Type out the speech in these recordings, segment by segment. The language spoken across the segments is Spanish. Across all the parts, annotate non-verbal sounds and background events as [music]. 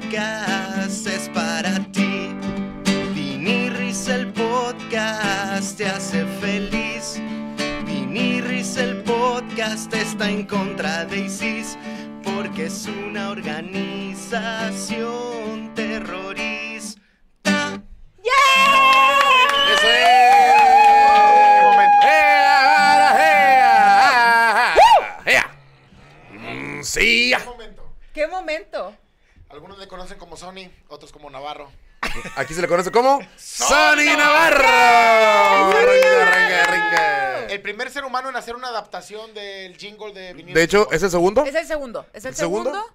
podcast es para ti. Vinirris el podcast te hace feliz. Vinirris el podcast está en contra de ISIS porque es una organización terrorista. ¡Eso es! Momento. ¡Ea, ara, ea, ea! Mm, Sí, Un momento. ¿Qué momento? Algunos le conocen como Sony, otros como Navarro. aquí se le conoce como Sony Navarro. Ringa, ringa, ringa. El primer ser humano en hacer una adaptación del jingle de vinil. De hecho, ¿es el segundo? Es el segundo. ¿Es el, Oh. ¿El segundo? segundo?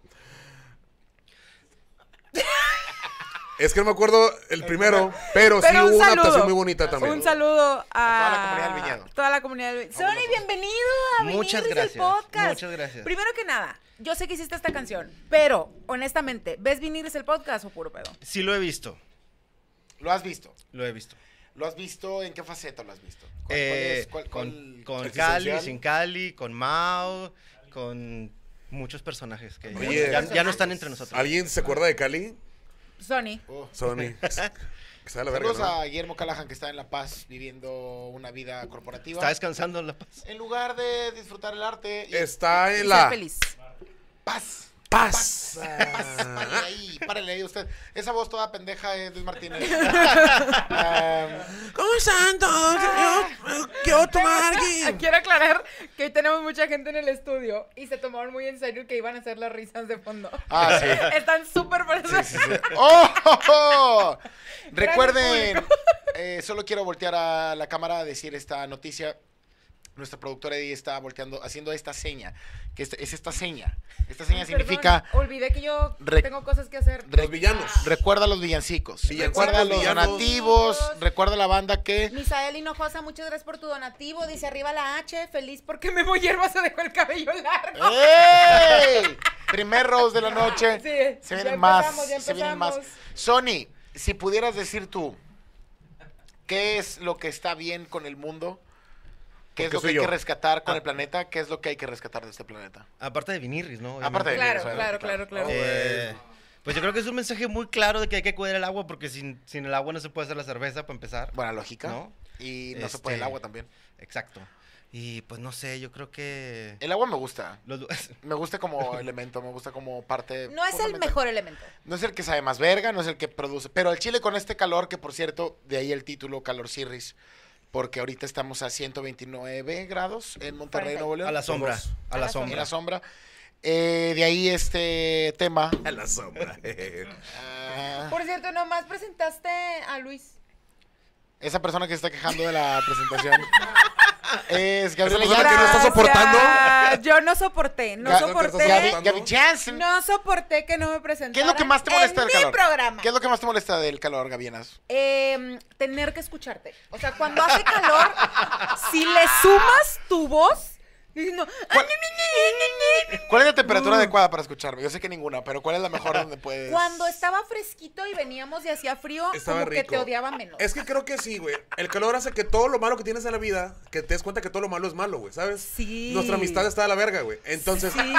Es que no me acuerdo el primero, pero Pues sí Pero hubo un una saludo. adaptación muy bonita también. Un saludo a, A toda la comunidad del viñedo. Toda la comunidad del viñedo. Sony, bienvenido a Muchas Vinirris, gracias, el podcast. muchas gracias. Primero que nada, yo sé que hiciste esta canción, pero honestamente, ¿ves Vinirris el podcast o puro pedo? Sí lo he visto, ¿Lo has visto? lo he visto. ¿Lo has visto? ¿En qué faceta lo has visto? ¿Cuál- cuál Eh, es? ¿Cuál- con cuál- con existencial? Cali, sin Cali, con Mao, con muchos personajes que Oye. ya, ya no están entre nosotros. ¿Alguien se acuerda de Cali? Sony. Oh. [laughs] Sony. Que sabe la verga, Saludos ¿no? a Guillermo Callahan que está en La Paz viviendo una vida corporativa. Está descansando en La Paz. En lugar de disfrutar el arte y Está y en sé la feliz. paz. paz. Paz, párale ahí, párale ahí usted. Esa voz toda pendeja es Luis [laughs] Martínez. [laughs] Ah, ¿Cómo están todos? Yo quiero [laughs] tomar Quiero aclarar que hoy tenemos mucha gente en el estudio y se tomaron muy en serio que iban a hacer las risas de fondo. ah, sí. [laughs] Están súper presentes. ¡Oh! oh, oh! Recuerden, público. eh, solo quiero voltear a la cámara a decir esta noticia. Nuestra productora Eddie está volteando, haciendo esta seña, que este, es, es esta seña. Esta seña significa Perdón, olvidé que yo Re- tengo cosas que hacer. re- Los villanos. recuerda a los villancicos, Villancicos, recuerda a los villanos. donativos, recuerda a la banda que... Misael Hinojosa, muchas gracias por tu donativo. Dice arriba la H, feliz porque Memo Hierba se dejó el cabello largo. ¡Ey! [laughs] Primer rose de la noche. Sí, ya se vienen empezamos, más, ya se vienen más. empezamos. Sony, si pudieras decir tú, ¿qué es lo que está bien con el mundo? ¿Qué es Porque lo que soy hay yo. Ah. que rescatar con el planeta? ¿Qué es lo que hay que rescatar de este planeta? Aparte de Vinirris, ¿no? Obviamente. Aparte de Claro, o sea, claro, claro, claro. Eh, pues yo creo que es un mensaje muy claro de que hay que cuidar el agua porque sin, sin el agua no se puede hacer la cerveza para empezar. Buena lógica. ¿No? Y no se puede el Este- agua también. Exacto. Y pues no sé, yo creo que... El agua me gusta. los lu- [laughs] Me gusta como [laughs] elemento, me gusta como parte. No es el fundamental. mejor elemento. No es el que sabe más verga, no es el que produce. Pero al chile con este calor, que por cierto, de ahí el título, Calor Cirris, porque ahorita estamos a 129 grados en Monterrey, Cuarenta y- Nuevo León. a la sombra, a la En sombra. la sombra. Eh, de ahí este tema. [laughs] A la sombra. Ah, Por cierto, nomás presentaste a Luis. esa persona que se está quejando de la [laughs] presentación es Gabriela Esa persona que no está Yáñez. soportando. Gracias. Yo no soporté, no Ga- soporté. Gaby- Gaby, Gaby Jansen. No soporté que no me presentaran. ¿Qué es lo que más te molesta en del calor? mi programa. ¿Qué es lo que más te molesta del calor, Gabianas? Em, tener que escucharte. O sea, cuando hace calor, si le sumas tu voz, diciendo, ¿Cuál- ¿Cuál es la Mm. temperatura adecuada para escucharme? Yo sé que ninguna, pero ¿cuál es la [laughs] mejor donde puedes? Cuando estaba fresquito y veníamos y hacía frío, Estaba como rico. que te odiaba menos. Es que creo que sí, güey. El calor hace que todo lo malo que tienes en la vida, que te des cuenta que todo lo malo es malo, güey, ¿sabes? Sí. Nuestra amistad está a la verga, güey. Entonces, Sí.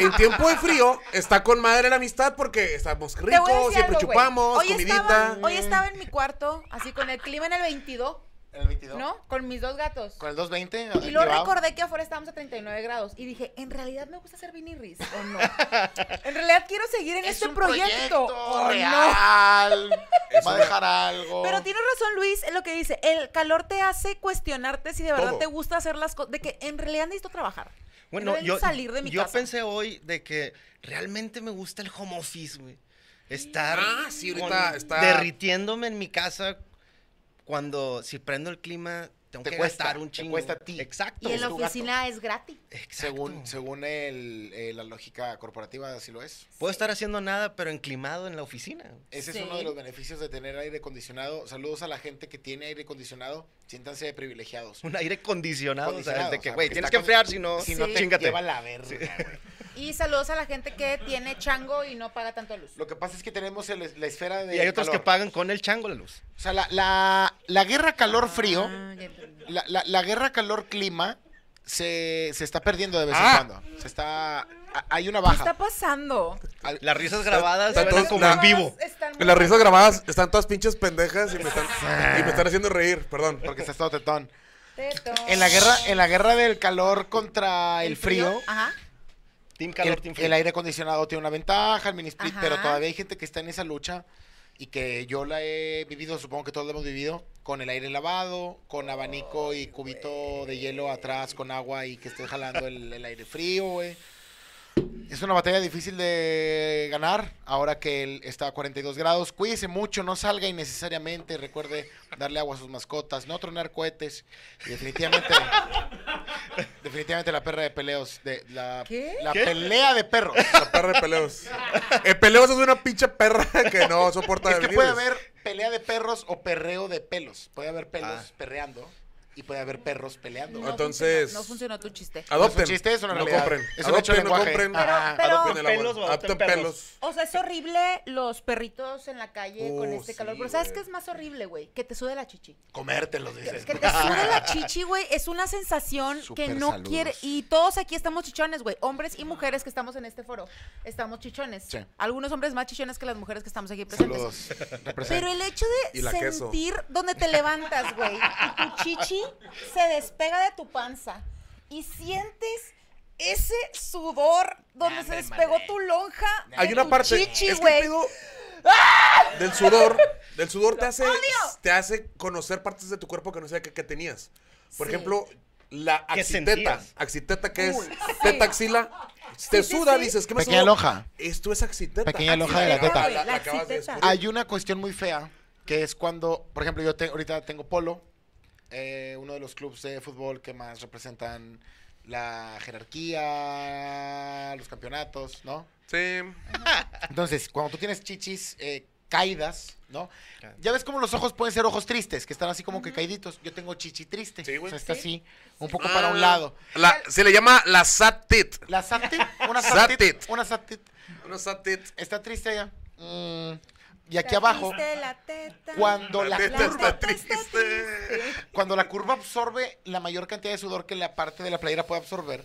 en tiempo de frío, está con madre la amistad porque estamos Te voy a ricos, decir siempre algo, güey. chupamos, hoy comidita. Estaba, hoy estaba en mi cuarto, así con el clima en el 22, ¿En el 22? ¿no? Con mis dos gatos. ¿Con el 220? Y luego activado? recordé que afuera estábamos a 39 grados. Y dije, ¿en realidad me gusta hacer vinirris o no? En realidad quiero seguir en Es este un proyecto. o no. [laughs] real. Va a dejar algo. Pero tienes razón, Luis, en lo que dice. El calor te hace cuestionarte si de verdad Todo. te gusta hacer las cosas. De que en realidad necesito trabajar. Bueno, Necesito yo, salir de mi yo casa. pensé hoy de que realmente me gusta el home office, güey. Estar Ah, sí, ahorita está- derritiéndome en mi casa cuando si prendo el clima tengo Te que cuesta, gastar un te chingo. cuesta a ti. Exacto. Y en la tu gato. oficina es gratis. Exacto. según según el, eh, la lógica corporativa, así lo es. Puedo estar haciendo nada, pero enclimado en la oficina. [laughs] Ese Sí. es uno de los beneficios de tener aire acondicionado. Saludos a la gente que tiene aire acondicionado. Siéntanse privilegiados. Un aire condicionado, o sea, Acondicionado, de o que, sea, güey, porque tienes está que con- enfriar, si no, Si no te chingate. lleva la verga, güey. Y saludos a la gente que tiene chango y no paga tanto luz. Lo que pasa es que tenemos el- la esfera de Y hay otros que pagan con el chango la luz. O sea, la, la, la guerra calor-frío, Ah, ya entendí. la, la- la guerra calor-clima se, se está perdiendo de vez Ah. en cuando. Se está. a- Hay una ¿Qué baja. está pasando? Al- Las risas grabadas Está- está suenan todo- como la- en vivo. Están muy- Las risas grabadas están todas pinches pendejas y me están, y me están haciendo reír, perdón. Porque está todo tetón. Teto. En la guerra, en la guerra del calor contra el frío, Ajá. Team calor, el, team el frío. aire acondicionado tiene una ventaja, el mini split, Ajá. pero todavía hay gente que está en esa lucha y que yo la he vivido, supongo que todos la hemos vivido, con el aire lavado, con abanico y cubito de hielo atrás, con agua y que esté jalando el, el aire frío, güey. Es una batalla difícil de ganar ahora que él está a 42 grados. Cuídese mucho, no salga innecesariamente. Recuerde darle agua a sus mascotas, no tronar cohetes. Y definitivamente, definitivamente la perra de peleos. De, la, ¿Qué? La pelea de perros. La perra de peleos. El peleos es una pinche perra que no soporta Es que venir. puede haber pelea de perros o perreo de pelos. Puede haber pelos Ah. perreando y puede haber perros peleando. No Entonces- funcionó, no funcionó tu chiste. Adopten. No es un chiste, es una no realidad. compren. Es un hecho Adopten, de no lenguaje. compren. Pero- pero- Adopten el Pelos o agua. adopten Adopten perros. pelos. O sea, es horrible los perritos en la calle con Oh, este calor. sí, Pero ¿sabes güey. qué es más horrible, güey? Que te sude la chichi. Comértelos, Que, dices. que te sude la chichi, güey, es una sensación Súper que no saludos. quiere. Y todos aquí estamos chichones, güey. Hombres y mujeres que estamos en este foro. Estamos chichones. Sí. Algunos hombres más chichones que las mujeres que estamos aquí presentes. Saludos. Represent. Pero el hecho Y de la queso. sentir donde te levantas, güey, y tu chichi se despega de tu panza y sientes ese sudor donde se despegó tu lonja. de Hay una tu parte. chichi, es que el güey. ¡Ah! pedo del sudor. Del sudor te hace, te hace conocer partes de tu cuerpo que no sabía que, que tenías. Por Sí. ejemplo, la ¿Qué axiteta. sentías? Axiteta que es Uy, sí. teta axila. Te Sí, sí, suda, sí. dices, ¿qué me Pequeña sudó? lonja. Esto es axiteta. Pequeña lonja de la Axiteta, teta. La acabas de axiteta. descubrir. Hay una cuestión muy fea que es cuando, por ejemplo, yo te- ahorita tengo polo, eh, uno de los clubes de fútbol que más representan la jerarquía, los campeonatos, ¿no? Sí. Entonces, cuando tú tienes chichis eh, caídas, ¿no? Ya ves como los ojos pueden ser ojos tristes, que están así como que caíditos. Yo tengo chichi triste. Sí, güey. O sea, está Sí. Ah. así, un poco para un lado. Ah, La- se le llama la satit. La satit, una Satit. satit, una satit, Una satit. está triste allá. Mm, y aquí La abajo, triste, la teta. cuando la, La teta curva, está triste. cuando la curva absorbe la mayor cantidad de sudor que la parte de la playera puede absorber,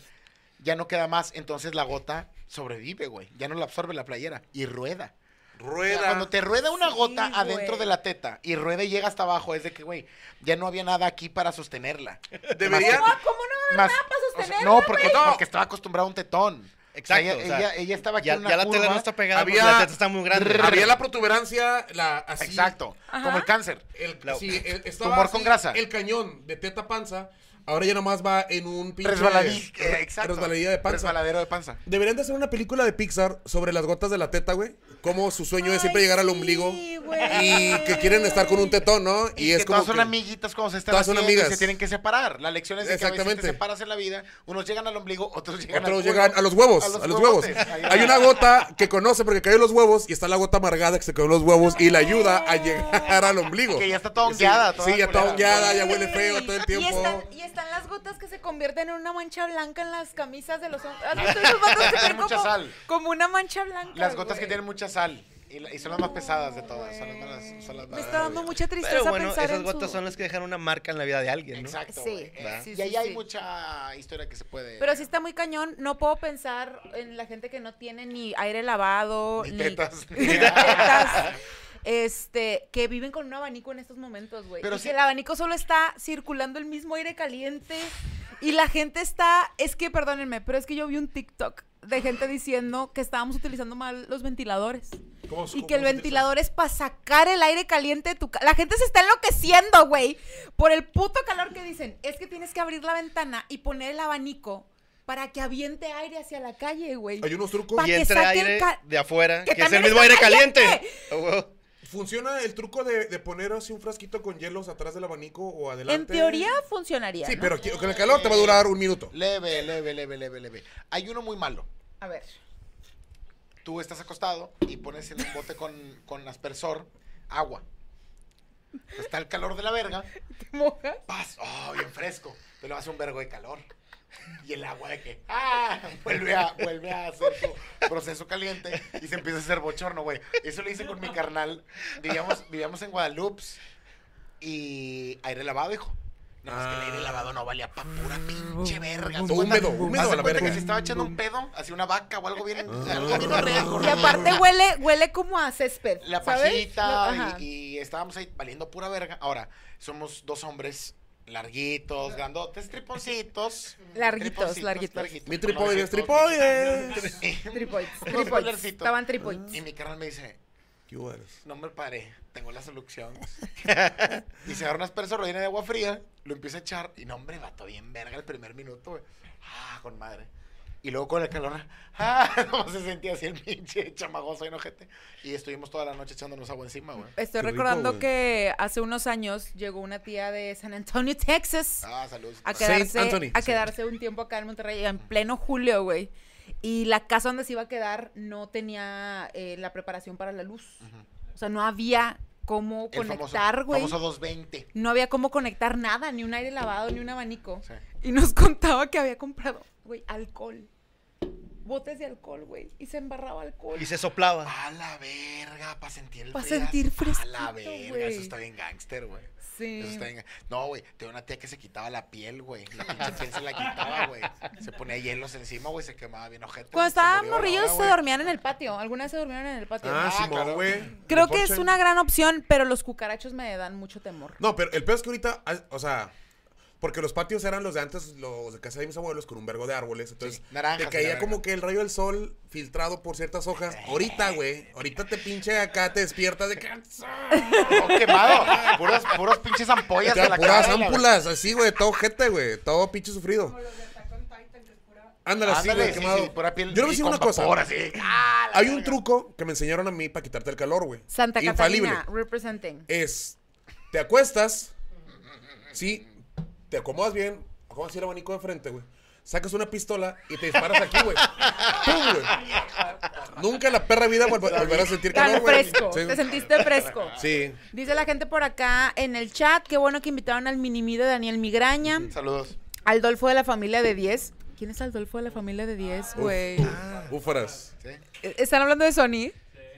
ya no queda más, entonces la gota sobrevive, güey. Ya no la absorbe la playera y rueda. O sea, Rueda. cuando te rueda una Sí, gota adentro güey. de la teta y rueda y llega hasta abajo, es de que, güey, ya no había nada aquí para [laughs] sostenerla. Deberían. ¿Cómo, cómo no va a Más- haber nada para o sea, sostenerla, no, porque, güey? güey. porque estaba acostumbrado a un tetón. Exacto, O sea, o sea, ella, ella- ella estaba aquí Ya, en una ya la tela curva. no está pegada Había- porque la teta está muy grande. Había la protuberancia, la así. Exacto, como el cáncer. El, La- sí, [laughs] el- estaba Tumor así, con grasa. El cañón de teta panza. Ahora ya nomás va en un pinche. Resbaladilla, re- [laughs] eh, exacto. resbaladilla de panza. Resbaladero de panza. Deberían de hacer una película de Pixar sobre las gotas de la teta, güey. Como su sueño es siempre Ay, llegar al sí, ombligo. güey. Y que quieren estar con un tetón, ¿no? Y, Y, es que como. todas son que- amiguitas cuando se están todas son haciendo y amigas. se tienen que separar. Las lecciones de que a veces te Exactamente. separas en la vida, unos llegan al ombligo, otros llegan al Otros culo, llegan a los huevos, a los, huevos. huevotes. Ahí Hay va. una gota que conoce porque cayó en los huevos y está la gota amargada que se quedó en los huevos y la ayuda a llegar al ombligo. Que ya está toda hongueada, Sí, toda sí, ya está culera. hongueada, ya huele feo todo el Y tiempo. están, y están las gotas que se convierten en una mancha blanca en las camisas de los hombres. Ah, no, estoy- esos vatos que tienen Mucha como, sal. como una mancha blanca. Las gotas que güey. tienen mucha sal. Y, la- y son las más pesadas de todas. Son las, más- son las Me más- está dando mucha tristeza Pero bueno, pensar esas en gotas su- son las que dejan una marca en la vida de alguien, ¿no? Exacto. Sí, güey. ¿verdad? sí, y sí, ahí hay sí. mucha historia que se puede. Pero sí está muy cañón. No puedo pensar en la gente que no tiene ni aire lavado, Ni ni, tetas. [laughs] ni tetas, Este, que viven con un abanico en estos momentos, güey. Pero y sí- que el abanico solo está circulando el mismo aire caliente. Y la gente está. Es que, perdónenme, pero es que yo vi un TikTok de gente diciendo que estábamos utilizando mal los ventiladores. ¿Cómo- cómo Y que el se utiliza? ventilador es para sacar el aire caliente de tu casa. La gente se está enloqueciendo, güey. Por el puto calor que dicen. Es que tienes que abrir la ventana y poner el abanico para que aviente aire hacia la calle, güey. Hay unos trucos. Pa' Y que entre saque el aire ca- de afuera, que, que es el también mismo está aire caliente. Oh, caliente. A huevo. ¿Funciona el truco de, de poner así un frasquito con hielos atrás del abanico o adelante? en teoría funcionaría. Sí, ¿no? pero aquí- con el calor te va a durar un minuto. Leve, leve, leve, leve, leve. Hay uno muy malo. A ver. Tú estás acostado y pones en un bote con, con aspersor agua. Está el calor de la verga. ¿Te mojas? Paz, oh, bien fresco. Pero hace un vergo de calor. Y el agua de que, ah, vuelve a, vuelve a hacer su proceso caliente y se empieza a hacer bochorno, güey. Eso lo hice con mi carnal. Vivíamos, vivíamos en Guadalupe y aire lavado, hijo. Nada más que el aire Ah. lavado no valía pa' pura pinche verga. Húmedo, húmedo Ah. Haz a de la cuenta que verga. se estaba echando un pedo, así una vaca o algo bien, algo bien reaco, Y aparte huele, huele como a césped. la ¿sabes? pajita Lo- ajá. y, y estábamos ahí valiendo pura verga. Ahora, somos dos hombres larguitos, grandotes, triponcitos. Larguitos, triponcitos, larguitos. Mi por no tripoide decir es todos. tripoide. [laughs] Unos Tripoids. Tripoids. boilercitos. Estaban tripoids. Y mi carnal me dice, ¿Qué hubo eres? no me paré, tengo la solución. [laughs] y se agarra unas personas rellenas de agua fría, lo empieza a echar. Y no, hombre, vato bien verga el primer minuto, güey. Ah, con madre. Y luego con el calor, [laughs] ah, no se sentía así el pinche chamagoso enojete. Y estuvimos toda la noche echándonos agua encima, güey. Estoy Qué rico, recordando güey. que hace unos años llegó una tía de San Antonio, Texas. Ah, saludos. a Saint quedarse, Anthony. a Sí. quedarse un tiempo acá en Monterrey, en pleno julio, güey. Y la casa donde se iba a quedar no tenía eh, la preparación para la luz. O sea, no había cómo El famoso- conectar, güey. Famoso 220. No había cómo conectar nada, ni un aire lavado, ni un abanico. Sí. Y nos contaba que había comprado, güey, alcohol. Botes de alcohol, güey. Y se embarraba oh. alcohol. Y se soplaba. A la verga, para sentir el Pa' friazo. sentir A fresquito, la verga, güey. eso está bien gángster, güey. Sí. Eso está bien. No, güey, tenía una tía que se quitaba la piel, güey. La [laughs] pinche piel se la quitaba, güey. Se ponía hielos encima, güey, se quemaba bien ojete. Cuando güey, se estaban murió, morrillos no, se Ah, güey. dormían en el patio. Algunas se durmieron en el patio. Ah, Ah, Simón, claro. güey. Creo De que es Fortune. una gran opción, pero los cucarachos me dan mucho temor. No, pero el peor es que ahorita, ah, o sea, porque los patios eran los de antes, los de casa de mis abuelos, con un vergo de árboles. Entonces, Sí, naranjas te y la caía verga. como que el rayo del sol filtrado por ciertas hojas. Ahorita, güey, ahorita te pinche acá, te despiertas de que. No, quemado. Puros, puros pinches ampollas Te de la apuras cara. y la- ámpulas, así, güey, todo gente, güey, todo pinche sufrido. Ándale, así, Ándale, güey, sí, quemado. sí, pura piel. Yo le voy a y decir con una cosa. vapor, así. Ah, la Hay un verga. truco que me enseñaron a mí para quitarte el calor, güey. Santa Infalible. Catarina, representing. es te acuestas, sí, te acomodas bien, acomodas así el abanico de frente, güey. Sacas una pistola y te disparas aquí, [laughs] güey. ¡Pum, güey! Nunca en la perra vida vol- volverás a sentir Tan calor, güey. fresco, Eh, Sí. te sentiste fresco. Sí. Dice la gente por acá en el chat, qué bueno que invitaron al minimi de Daniel Migraña, Saludos. al Dolfo de la familia de 10. ¿Quién es Aldolfo de la familia de Ah, 10, güey? Búfaras. Sí. ¿E- ¿Están hablando de Sony?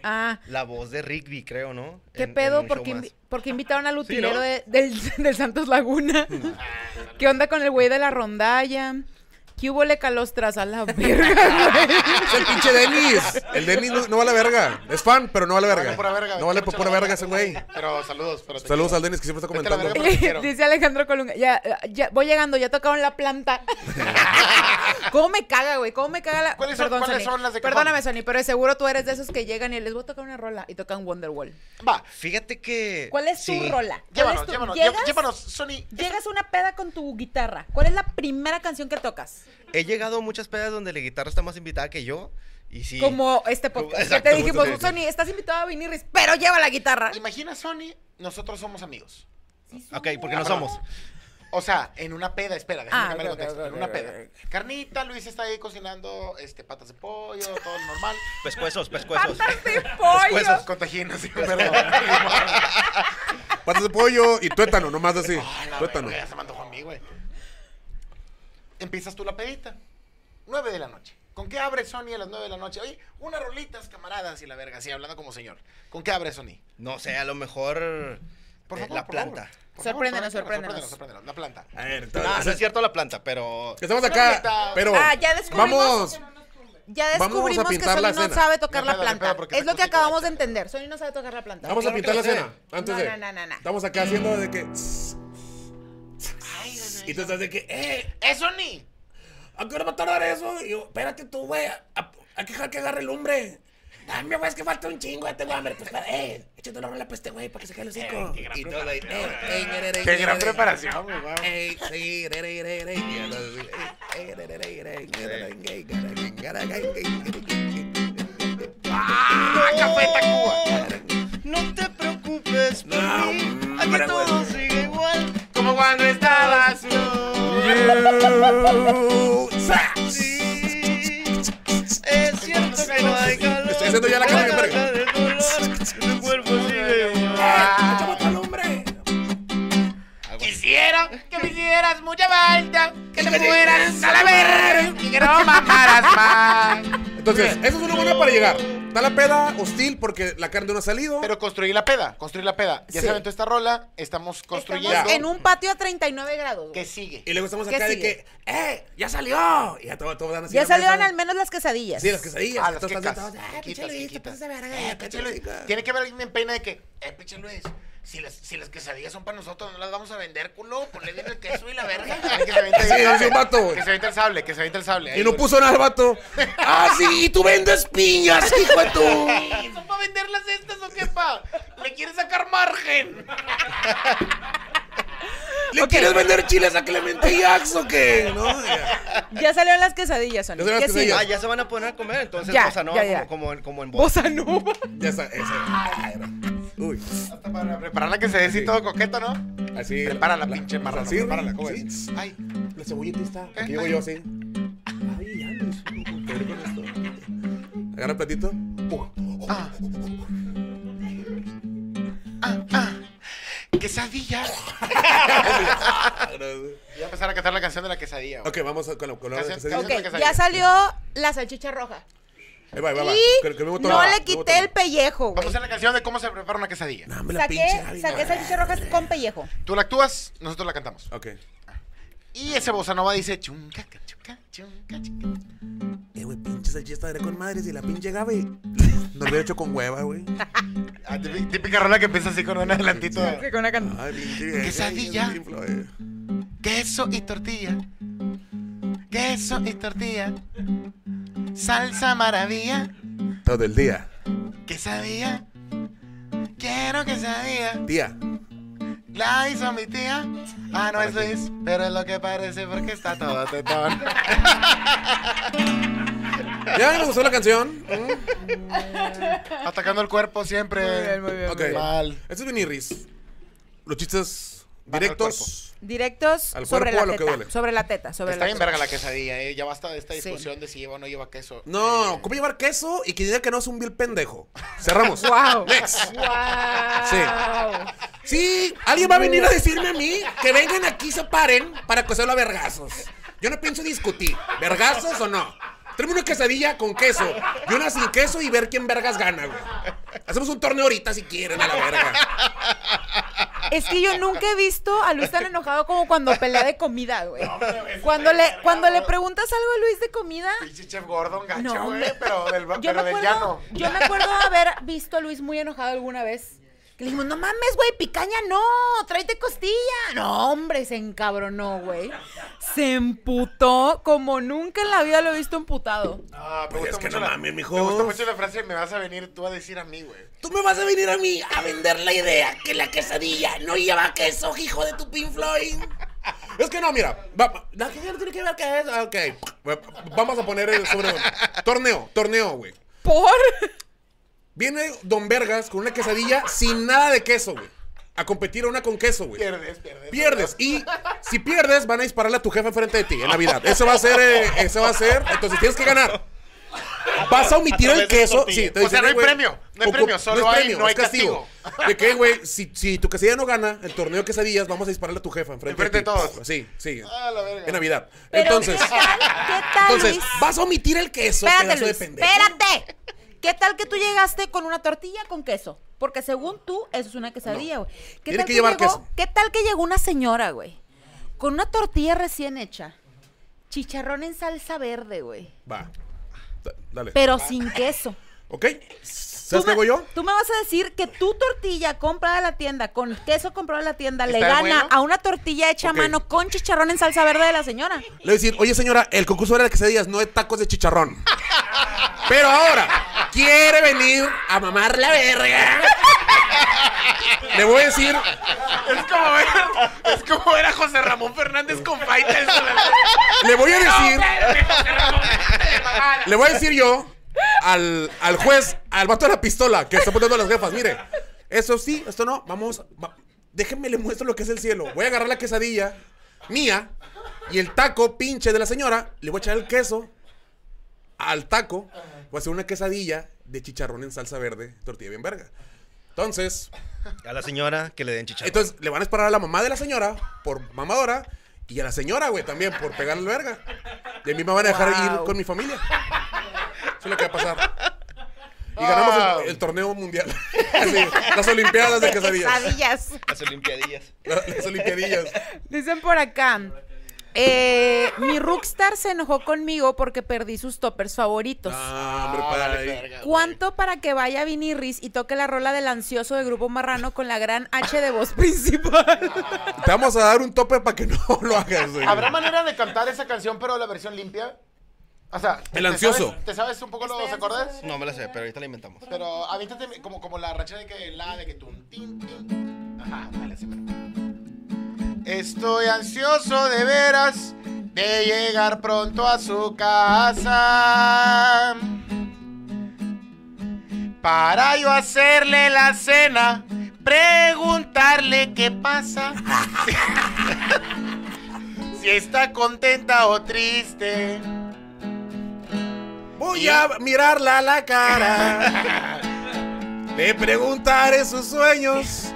Ah, La voz de Rigby, creo, ¿no? ¿qué En- en pedo? un ¿Por show qué, más. invi- por qué invitaron al utilero ¿no? de- del, [laughs] del Santos Laguna? ¿Qué onda con el güey de la rondalla? ¿Qué hubo le calostras a la verga, güey? Es el pinche Denis. El Denis no, no vale verga. Es fan, pero no vale verga. Vale pura verga, güey. No vale Mucha pura verga ese güey. Pero saludos. Pero te Saludos quiero. al Denis que siempre está Vete a la comentando. verga, Quiero. [laughs] Dice Alejandro Colunga, ya, ya, voy llegando, ya tocaron [laughs] la planta. ¿Cómo me caga, güey? ¿Cómo me caga la... ¿Cuáles son- cuáles Sony. son las de cajón? Perdóname, Sony, pero de seguro tú eres de esos que llegan y les voy a tocar una rola y tocan Wonderwall. Va, Fíjate que. ¿Cuál es sí. tu rola? ¿Cuál es llévanos, tu- llévanos. ¿Llegas, Llévanos, Sony. llegas a una peda con tu guitarra. ¿Cuál es la primera canción que tocas? He llegado a muchas pedas donde la guitarra está más invitada que yo. Y sí. Como este podcast. Exacto, que te dijimos, justo, sí, sí. Sony, estás invitado a venir, pero lleva la guitarra. Imagina, Sony, nosotros somos amigos. Ok, porque no somos. O sea, en una peda, espera, déjame Ah, cambiar el ok, contexto, ok, en una ok, peda. Carnita, Luis está ahí cocinando este, patas de pollo, [laughs] todo normal. Pescuezos, pescuezos. ¡Patas de pollo! huesos. Con tajín, así, pero... Patas de pollo y tuétano, nomás así. Ay, Ah, la Tuétano. verga, ya se me antojó a mí, güey. Empiezas tú la pedita. Nueve de la noche. ¿Con qué abre Sony a las nueve de la noche? Oye, unas rolitas, camaradas, y la verga, así, hablando como señor. ¿Con qué abre Sony? No sé, a lo mejor. Por eh, favor, la por planta. favor. Por favor, Sorpréndenos, sorpréndenos, sorpréndenos. sorpréndenos, La planta. A ver, entonces, No, no es cierto la planta, pero. Estamos acá, pero Ah, ya descubrimos vamos. Ya Vamos a descubrimos que pintar Sony la no escena. sabe tocar No, la no, no, no, planta. porque Es está lo que chiquito, acabamos de está entender. Sony no sabe tocar la planta. Vamos a Claro pintar que la sí. escena. Antes No, de. no, no, no, no. Estamos acá haciendo de que. Ay, güey, Y tú estás de que, eh, ¡Eh, Sony! ¿a qué hora va a tardar eso? Y yo, espérate tú, güey. a- a- Hay que dejar que agarre el hombre. Dame, güey, es que falta un chingo, ya tengo hambre. Pues, espera, eh, échate una rola para este güey, para que se quede el hocico. Y todo ahí, eh, eh, re, re, re, Qué gran re, re. preparación, güey, guau. Ey, sí, re, re, re, re. Y a los- eh, eh, re, re, re, re, re, re, re, re, re. ¡Ah, café Tacuba! No te preocupes por No, mí, hombre, aquí todo sigue igual. Como cuando estabas tú. Sa- Sí, es cierto que no hay calor. Estoy haciendo ya la cara, pero verga. el dolor, tu cuerpo [laughs] sigue igual. Échame otro al hombre. Quisiera que me hicieras mucha falta, que te fueras a la verga y que no mamaras más. Entonces, eso es una buena para llegar. está la peda hostil porque la carne no ha salido. Pero construir la peda, construir la peda. Ya Sí. se aventó esta rola, estamos construyendo. Estamos en un patio a 39 grados. ¿Qué güey. sigue? y luego estamos ¿Qué acá de sigue? que, ¡eh! ¡Ya salió! Y ya todo, todo dan así Ya la salieron mesa. al menos las quesadillas. Sí, las quesadillas. Ah, las Todos quecas. están sentados, "Ah, pinche Quitas, Luis, te quitas. pasas de verga, Eh, pinche pinche Luis. Luis". Tiene que haber alguien en pena de que, eh, pinche Luis, si las, si las quesadillas son para nosotros, no las vamos a vender, culo. Ponle bien el queso y la [laughs] verga. que se aviente el Sí, es sable, un vato, güey. Que se aviente el sable, que se aviente el sable. Y no puso nada el [laughs] vato. ¡Ah, sí! ¡Y tú vendes piñas, hijo de tu! ¿Son para venderlas estas o qué, pa? ¿Le quieres sacar margen? ¿Le quieres vender chiles a Clemente y Axo o qué? ¿No? Ya. Ya salieron las quesadillas, Sony. Ya salieron ¿Qué las sigue? quesadillas. Ay, Ah, ya se van a poner a comer, entonces Ya, bossa nova ya, ya. Como, como en- como en voz. [laughs] Bossa nova. Ya está, esa. ah, era. Uy, Hasta para preparar la que se des y todo coqueto, ¿no? así. Prepara la pinche marrana, así, prepárala, ¿cómo sí. es? Ay, La cebollita está. Aquí Eh, llego ay. yo así. Ay, ya, Luis, qué rico es esto. Agarra el [laughs] platito. ah. Ah, ah. Quesadilla. Voy a empezar a cantar la canción de la quesadilla. güey. Ok, vamos a- con la con la- Canción- ¿se dice? Ok, las quesadillas. ya salió la salchicha roja. Ahí va, ahí va, va. Con el- con el mismo Y tono, no va, le mismo quité tono. el pellejo, Vamos a güey. hacer la canción de cómo se prepara una quesadilla. Dame la pinche Saqué, Ari, saqué no. salchichas rojas con pellejo. Tú la actúas, nosotros la cantamos. Ok. Y ese bossa nova dice chunca, ca, chunca, chunca, chunca. Eh, güey, pinche salchicha estaré con madres y la pinche Gaby. No lo hubiera hecho con hueva, güey. Ah, típi- típica rola que empieza así con un adelantito. de Ay, pinche vieja, Quesadilla. es eh. bien floja. Queso y tortilla. Queso y tortilla. Salsa maravilla. Todo el día. Quesadilla. Quiero quesadilla. Tía. La hizo mi tía. Ah, no es Luis, pero es lo que parece porque está todo [laughs] tetón. Ya me gustó la canción. Atacando el cuerpo siempre. Eh, Ok. Mal. Este es Viniris. Los chistes Van al directos. Directos Al sobre cuerpo, la a lo que teta. duele. Sobre la teta, sobre Está la bien teta. verga la quesadilla, eh. Ya basta de esta Sí. discusión de si lleva o no lleva queso. No, ¿cómo llevar queso? Y quien diga que no es un vil pendejo. [laughs] Cerramos. Wow. [laughs] Next. Wow. Sí, alguien va a venir a decirme a mí que vengan aquí y se paren para coserlo a vergazos. Yo no pienso discutir, vergazos o no. Tráeme una quesadilla con queso y una sin queso y ver quién vergas gana, güey. Hacemos un torneo ahorita si quieren a la verga. Es que yo nunca he visto a Luis tan enojado como cuando pelea de comida, güey. Cuando le, cuando le preguntas algo a Luis de comida, Pinche chef Gordon, gacho, No, güey. hombre. Pero del, ba- yo pero me del acuerdo, llano. yo me acuerdo haber visto a Luis muy enojado alguna vez. Que le dijimos, no mames, güey, picaña no, tráete costilla. No, hombre, se encabronó, güey. Se emputó como nunca en la vida lo he visto emputado. Ah, me Pues es que no la- mames, mijo. Me gusta mucho la frase, me vas a venir tú a decir a mí, güey. Tú me vas a venir a mí a vender la idea que la quesadilla no lleva queso, hijo de tu Pink Floyd. Es que no, mira, va- la quesadilla no tiene que ver qué es. ah, Ok, va- vamos a poner el sobre. Torneo, torneo, güey. ¿Por? Viene Don Vergas con una quesadilla sin nada de queso, güey. A competir a una con queso, güey. Pierdes, pierdes. Pierdes. Y si pierdes, van a dispararle a tu jefe enfrente de ti en Navidad. Eso va a ser, eh, eso va a ser. Entonces tienes que ganar. Vas a omitir el través de queso. tortilla. Sí, te O dicen, sea, no hay "Güey, premio, no hay ocu- premio, solo hay- no hay ¿De qué, güey? Si, si tu quesadilla no gana el torneo de quesadillas, vamos a dispararle a tu jefe enfrente, Enfrente de ti. de todos. Sí, sí. Ah, la verga. En Navidad. Pero, Entonces, ¿qué tal, qué tal, entonces Luis? vas a omitir el queso. Espérate, pedazo de Luis, pendejo. espérate. ¿Qué tal que tú llegaste con una tortilla con queso? Porque según tú, eso es una quesadilla, güey. ¿Qué, Tiene tal que llevar llegó- queso. ¿Qué tal que llegó una señora, güey? Con una tortilla recién hecha. Chicharrón en salsa verde, güey. Va. Da- Dale. Pero sin [laughs] queso. ¿Ok? Ah. ¿Sabes Tú qué me- hago yo? Tú me vas a decir que tu tortilla comprada en la tienda, con queso comprado en la tienda, le ¿Está gana bueno? a una tortilla hecha Ok. a mano con chicharrón en salsa verde de la señora. Le voy a decir, oye señora, el concurso era de quesadillas, no de tacos de chicharrón. Pero ahora, quiere venir a mamar la verga. Le voy a decir, Es como ver, es como ver a José Ramón Fernández con Faitas. le voy a decir, le voy a decir yo al, al juez, al vato de la pistola que está poniendo a las jefas, mire, eso sí, esto no, vamos, va- déjenme le muestro lo que es el cielo. Voy a agarrar la quesadilla mía y el taco pinche de la señora, le voy a echar el queso al taco, voy a hacer una quesadilla de chicharrón en salsa verde, tortilla bien verga. Entonces, A la señora que le den chicharrón. entonces le van a disparar a la mamá de la señora por mamadora y a la señora, güey, también por pegarle la verga. Y a mí me van a dejar Wow. ir con mi familia. Eso es lo que va a pasar. Y ganamos el- Ah. el, torneo mundial. [laughs] Sí, las Olimpiadas de Quesadillas. Quesadillas. Las Olimpiadillas. Las, las Olimpiadillas. Dicen por acá. eh, mi Rockstar se enojó conmigo porque perdí sus toppers favoritos. Ah, hombre, para vale, ahí. verga, güey. ¿Cuánto para que vaya Viniris y toque la rola del ansioso de Grupo Marrano con la gran H de voz [laughs] principal? Te vamos a dar un tope para que no [laughs] lo hagas, güey. ¿Habrá manera de cantar esa canción, pero la versión limpia? O sea, ¿te- El te ansioso. sabes- ¿Te sabes un poco los Estoy acordes? No me la sé, pero ahorita la inventamos. Pero avíntate como, como la racha de que la de que tú tin, tin. Ajá, dale, sí, mero. Estoy ansioso de veras de llegar pronto a su casa. Para yo hacerle la cena, preguntarle qué pasa. [laughs] si está contenta o triste. Voy a mirarla a la cara. Le preguntaré sus sueños.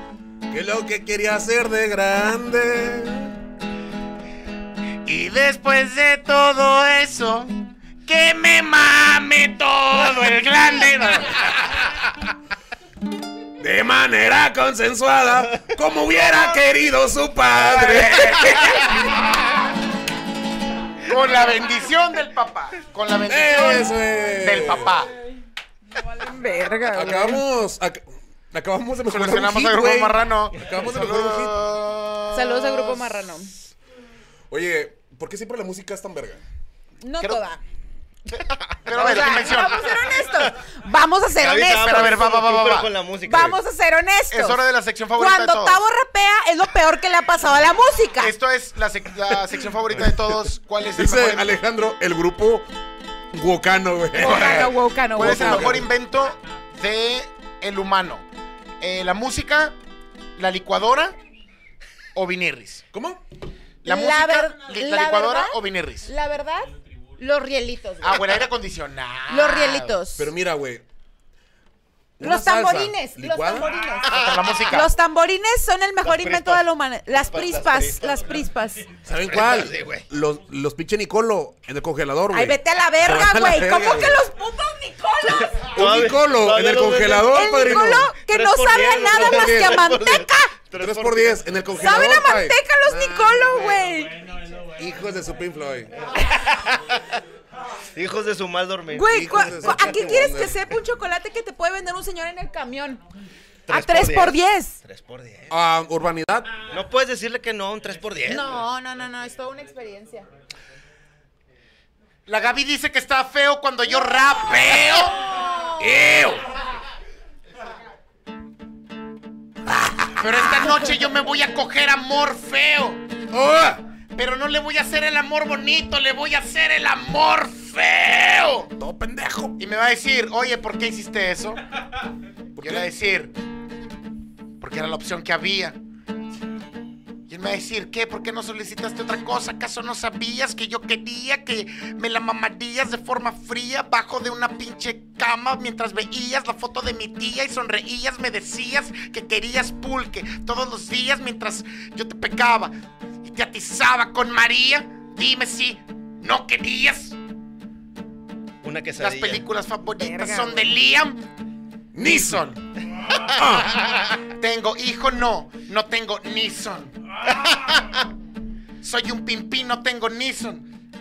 Que es lo que quería hacer de grande. Y después de todo eso, que me mame todo el grande. De manera consensuada. Como hubiera querido su padre. [laughs] Con la bendición del papá. Con la bendición Eso es. del papá. Verga, güey. Acabamos. ac- acabamos de mejorar. un Solucionamos hit, al grupo güey. marrano. Acabamos de mejorar un hit. Oh. Saludos al Grupo Marrano. Oye, ¿por qué siempre la música es tan verga? No Creo- toda. Pero a ver, O sea, dimensión. vamos a ser honestos. Vamos a ser Gaby, te honestos. pero a ver, va, va, va, tú, va, pero va. con la música. Vamos a ser honestos. Es hora de la sección favorita de Cuando todos. Tavo rapea es lo peor que le ha pasado a la música. [laughs] Esto es la, sec- la sección favorita de todos. ¿Cuál es el Dice mejor, Alejandro, el grupo Wokano, güey. Wokano, wokano, cuál es el wokano. mejor invento de el humano? Eh, ¿La música, la licuadora o vinirris? ¿Cómo? La La música, ver- li- la, la licuadora verdad- o vinirris. La verdad, los rielitos. güey. Ah, bueno, aire acondicionado. los rielitos. Pero mira, güey. una Los salsa tamborines, los licuada- tamborines. Hasta Ah, la música. Los tamborines son el mejor Las invento prispas. de la humanidad. Las Las prispas, prispas. las prispas. ¿Saben cuál? Sí, güey. los, los pinche Nicolo en el congelador, güey. Ay, vete a la Se verga, van a la güey. verga, ¿Cómo que güey. los putos Nicolas? Un Todavía- Nicolo en todavía el lo venden. congelador, El padrino. Nicolo que Tres no por sabe a diez, nada tres más por que diez, a tres por diez. manteca. 3 por 10 en el congelador. Saben a pay. manteca los Nicolo, güey. Hijos de su Pink Floyd. Hijos de su mal dormir. Güey, Hijos cua- de su cua- ¿a qué pinche quieres madre. que sepa un chocolate que te puede vender un señor en el camión? A Tres 3 por por diez. 10. 3 por 10. Ah, urbanidad. No puedes decirle que no a un 3 por 10. No, no, no, no, es toda una experiencia. La Gaby dice que está feo cuando yo rapeo. Pero esta noche yo me voy a coger amor feo. ¡Oh! Pero no le voy a hacer el amor bonito, le voy a hacer el amor feo. Todo pendejo. Y me va a decir, oye, ¿por qué hiciste eso? yo le voy a decir, porque era la opción que había. Y él me va a decir, ¿qué? ¿Por qué no solicitaste otra cosa? ¿Acaso no sabías que yo quería que me la mamarías de forma fría bajo de una pinche cama mientras veías la foto de mi tía y sonreías? Me decías que querías pulque todos los días mientras yo te pecaba y te atizaba con María. Dime si no querías. Una Las quesadilla. películas favoritas Verga, son de güey. Liam Neeson. tengo hijo, no. No tengo Neeson. [laughs] Soy un pimpín, no tengo Neeson.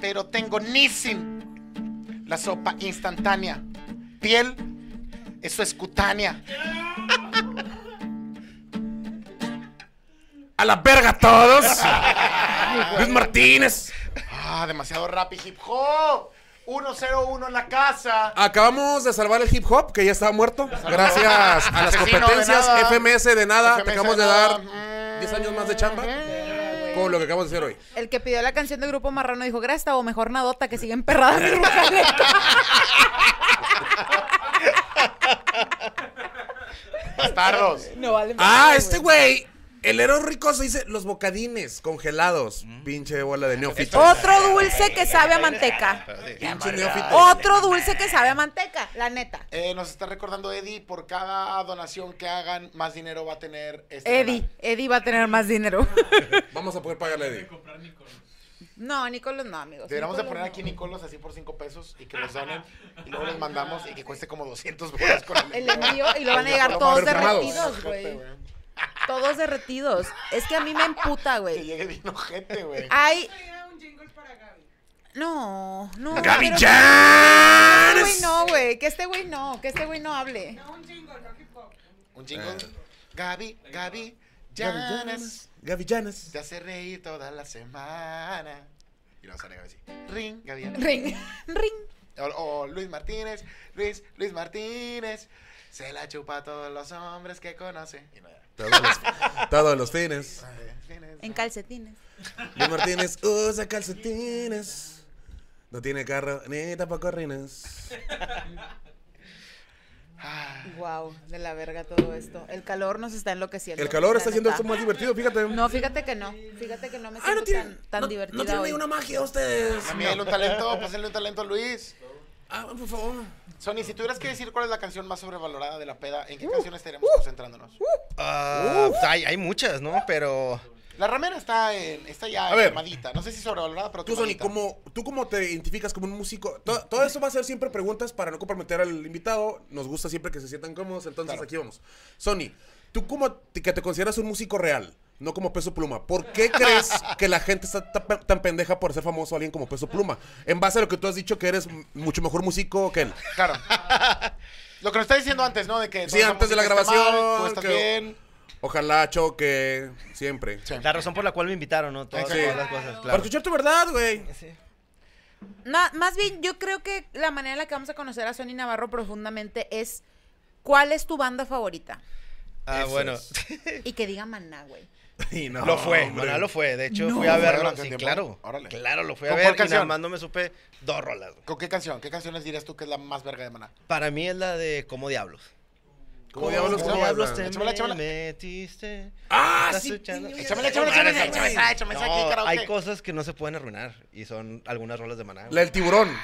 Pero tengo Nissin. La sopa instantánea. Piel, eso es cutánea. A la verga todos. Luis Martínez. Ah, demasiado rap y hip hop. 101 en la casa. Acabamos de salvar el hip hop, que ya estaba muerto. Gracias a las Asesino, de competencias nada. FMS de nada. FMS te acabamos de de nada. dar 10 años más de chamba. Con lo que acabamos de hacer hoy. El que pidió la canción de Grupo Marrano dijo, Grasta o mejor Nadota que sigue emperrada mi rucaleta". Bastardos. [laughs] No vale. Ah, madre, este güey. El héroe ricoso dice los bocadines congelados. Mm. Pinche bola de neófito. Otro dulce que sabe a manteca. Pinche neófito. Otro dulce que sabe a manteca, la neta. Eh, nos está recordando Eddie, por cada donación que hagan, más dinero va a tener este Eddie, canal. [laughs] Eddie va a tener más dinero. Vamos a poder pagarle a Eddie. No, Nicolás no, amigos. Deberíamos de poner Nicolos aquí no. Nicolos así por 5 pesos y que los donen y luego los mandamos y que cueste como 200 bolas con el El envío y lo van a llegar Nicolás todos Perfumados. derretidos, güey. Todos derretidos. Es que a mí me emputa, Que güey. llegue bien ojete, güey. Hay. Era un jingle para Gaby. No, no. ¡Gaby pero- Jans! Que este güey no, güey. Que este güey no. Que este güey no hable. No, un jingle, no hip hop. Un chingo. Gaby, Gaby, Janas. Gavillanas. Gavillanas. Te hace reír toda la semana. Y lo vas a negar así. Ring, Gaviana. Ring, ring. O, o Luis Martínez, Luis, Luis Martínez. Se la chupa a todos los hombres que conoce. Y no era. Todos los, todos los fines. Tienes- En calcetines. Luis Martínez usa calcetines. No tiene carro ni tampoco rines. Wow, de la verga todo esto. El calor nos está enloqueciendo. El calor la está haciendo neta. esto más divertido, fíjate. No, fíjate que no. Fíjate que no me Ah, siento no tienen, tan, tan no, divertida no tienen hoy. ninguna magia ustedes. También un talento, pásenle un talento a Luis. Ah, por favor. Sony, si tuvieras que decir cuál es la canción más sobrevalorada de la peda, ¿en qué Uh, canción estaríamos concentrándonos? Ah, pues hay, hay muchas, ¿no? Pero. La ramera está en, está ya A ver. quemadita. No sé si sobrevalorada, pero Tú, Sony, quemadita. ¿cómo, ¿tú cómo te identificas como un músico? To- Todo, eso va a ser siempre preguntas para no comprometer al invitado. Nos gusta siempre que se sientan cómodos, entonces Claro. aquí vamos. Sony, ¿tú cómo te, que te consideras un músico real? No como peso pluma. ¿Por [laughs] qué crees que la gente está ta- tan, pendeja por ser famoso a alguien como peso pluma? En base a lo que tú has dicho que eres m- mucho mejor músico que él. Claro. Lo que nos está diciendo antes, ¿no? De que Sí, toda la antes de la música está grabación, mal, este tú estás que- bien. Ojalá choque siempre. Sí. La razón por la cual me invitaron, ¿no? Todas, Sí. todas las cosas, Para claro. escuchar tu verdad, güey. Sí. Na- más bien, yo creo que la manera en la que vamos a conocer a Sony Navarro profundamente es cuál es tu banda favorita. Ah, Eso bueno. es. Y que diga Maná, güey. [laughs] Y [laughs] no, Lo fue, hombre. Maná lo fue. De hecho, No. fui a ¿Fue verlo. durante Sí, el tiempo? claro. Órale. Claro, lo fui a ¿Con ver cuál y nada canción? más no me supe dos rolas. güey. ¿Con qué canción? ¿Qué canciones dirías tú que es la más verga de Maná? Para mí es la de Como Diablos. ¿Cómo diablos, ¿Cómo cómo diablos hablan? te Échamela, échamela. metiste? Ah, Estás sí. escuchando- Échamela, échamela, échamela, Madre, échamela, güey. échamela, échamela, aquí, No, karaoke. Hay cosas que no se pueden arruinar y son algunas rolas de Maná. güey. La del tiburón.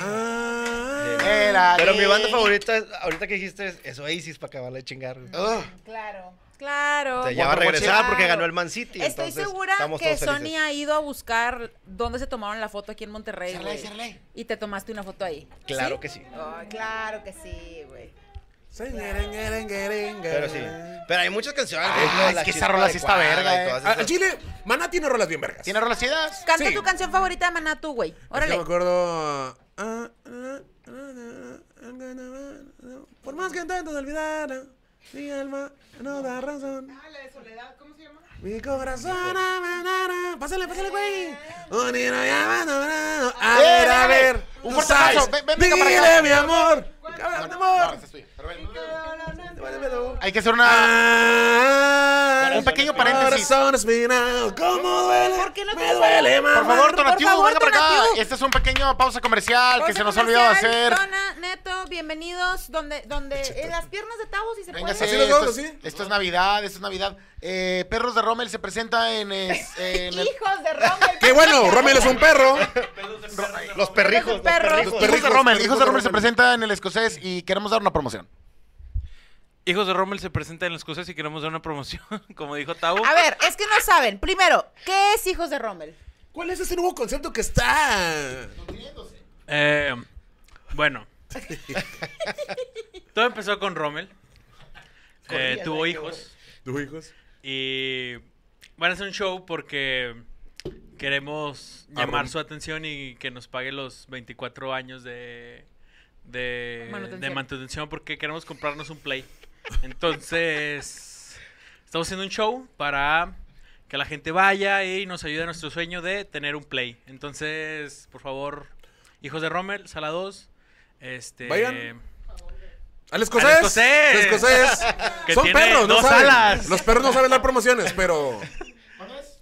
Ah. Era Pero de- mi banda favorita, es- ahorita que dijiste, es- es Oasis para acabarla de chingar. güey. Ugh. Claro. Claro. O sea, ya va a Guapo, regresar Claro. porque ganó el Man City. Estoy entonces, segura estamos que todos felices. Sony ha ido a buscar dónde se tomaron la foto aquí en Monterrey. Ciérrale, güey. ciérrale. Y te tomaste una foto ahí. Claro que sí. Ay, claro que sí, güey. Pero Pero sí. Eh. Pero hay muchas canciones. por Ay, ejemplo, es La que esa Chispa rola sí está Adecuada verga, y eh. todas Al esas. Chile, Maná tiene rolas bien vergas. ¿Tiene rolas chidas? Canta Sí. tu canción favorita de Maná, tú, güey. Es que Órale. me acuerdo. ah, ah, ah, Por más que intento de olvidar, mi alma no da razón. Ah, la de Soledad, ¿cómo se llama? Mi corazón, ah, na, na, na. pásale, pásale, güey. Un hilo llamando, A Eh, ver, a eh, ver. tú un fuerte sabes. abrazo. Ven, ven, venga para acá. Dile, mi amor. Cabrón de No, amor. esa es tuya. Pero ven. Devuélvemelo. Hay que hacer una... Ah, Un pequeño paréntesis. Corazón espinado, ¿cómo duele? ¿Por qué no Me te- duele, mamá. Por favor, Tonatiu, favor, venga para acá. Tonatiu. Este es un pequeño pausa comercial que Pausa se nos ha olvidado comercial, hacer. Tona, Neto, bienvenidos. Donde, donde, en las piernas de Tavo, si se Venga, puede. Así nos vamos, esto, es, ¿sí? esto es Navidad, esto es Navidad. Eh, Perros de Rommel se presenta en, es- en el- Hijos de Rommel. [laughs] Qué bueno, Rommel [laughs] es un perro. Los perrijos. Los perrijos. perros. Perrijos, Hijos de Rommel, perrijos Hijos de de Rommel se Rommel. presenta en el escocés y queremos dar una promoción. Hijos de Rommel se presenta en las cosas y queremos dar una promoción, [laughs] como dijo Tavo. A ver, es que no saben. Primero, ¿qué es Hijos de Rommel? ¿Cuál es ese nuevo concepto que está? Eh, [laughs] bueno. Todo empezó con Rommel. Eh, Corría, tuvo güey, hijos. ¿Tus hijos? Y van a hacer un show porque queremos A llamar Rom- su atención y que nos pague los 24 años de, de, Manutención. de manutención porque queremos comprarnos un play. Entonces, [laughs] estamos haciendo un show para que la gente vaya y nos ayude a nuestro sueño de tener un play. Entonces, por favor, hijos de Rommel, sala 2. Este, Vayan. Al Al escocés. escocés. Al escocés. [laughs] Que Son tiene perros, no dos saben. alas. Los perros no saben dar promociones, pero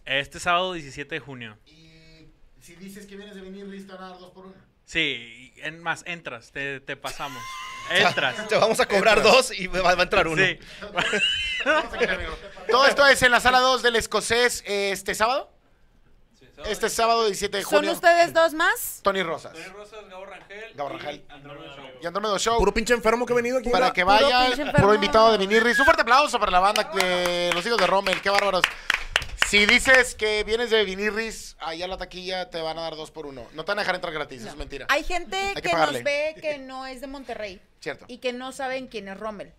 este sábado 17 de junio. Y si dices que vienes de venir, listo a dar dos por uno. Sí, y en más, entras, te, te pasamos. Entras. Te vamos a cobrar dos y va va a entrar uno. Sí. Todo esto es en la sala 2 del escocés este sábado. Este sábado 17 de ¿Son junio. ustedes dos más? Tony Rosas Rosas, Gabo Rangel. Gabo Rangel. Andrómeda Show. y Andrómedo Show. puro pinche enfermo que he venido aquí. para que puro vayan, pinche puro, enfermo. invitado de Vinirris. Un fuerte aplauso para la banda de los hijos de Rommel, qué bárbaros. Si dices que vienes de Vinirris, ahí a la taquilla te van a dar dos por uno. No te van a dejar entrar gratis, eso es mentira. Hay gente que que, pagarle. nos ve que no es de Monterrey Cierto. y que no saben quién es Rommel.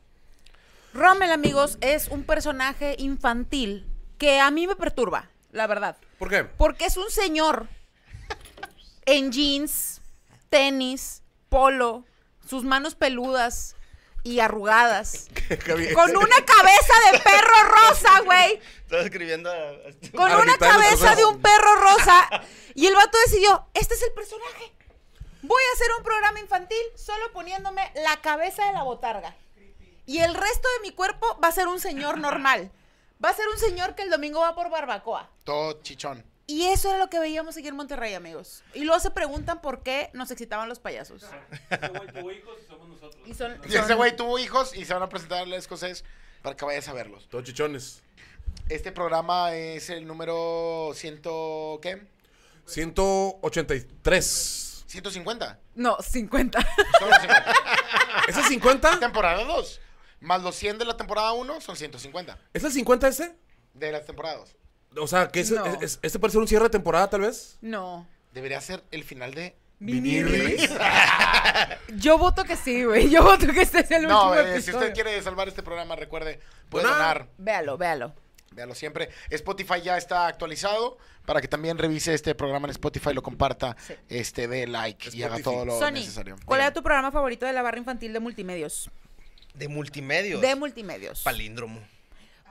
Rommel, amigos, es un personaje infantil que a mí me perturba, la verdad. ¿Por [laughs] qué? Porque es un señor en jeans, tenis, polo, sus manos peludas y arrugadas. Con una cabeza de perro rosa, güey. Estaba escribiendo este, a- a- Con una Arbitrando cabeza procesos. de un perro rosa. Y el vato decidió, este es el personaje. Voy a hacer un programa infantil solo poniéndome la cabeza de la botarga. Y el resto de mi cuerpo va a ser un señor normal. Va a ser un señor que el domingo va por barbacoa. Todo chichón. Y eso era lo que veíamos aquí en Monterrey, amigos. Y luego se preguntan por qué nos excitaban los payasos. Y son, Y ese son- güey tuvo hijos y se van a presentar al escocés para que vayas a verlos. Todos chichones. Este programa es el número ciento... ¿qué? 183. 150. No, 50. Solo 50. ¿Es el 50? temporada 2. Más los 100 de la temporada 1 son 150 ¿Es el 50 este? de las temporadas. O sea, que ese, No. es- es- este puede ser un cierre de temporada, tal vez. [laughs] No. Debería ser el final de... ¿Vinirris? Yo voto que sí, güey. Yo voto que este es el No, último eh, si episodio. usted quiere salvar este programa, recuerde, puede Donar. donar. Véalo, véalo. Véalo siempre. Spotify ya está actualizado para que también revise este programa en Spotify, lo comparta, Sí. este dé like y haga todo lo Sony, necesario. ¿cuál era Dígame. tu programa favorito de la barra infantil de multimedios? de multimedios. De multimedios. Palíndromo.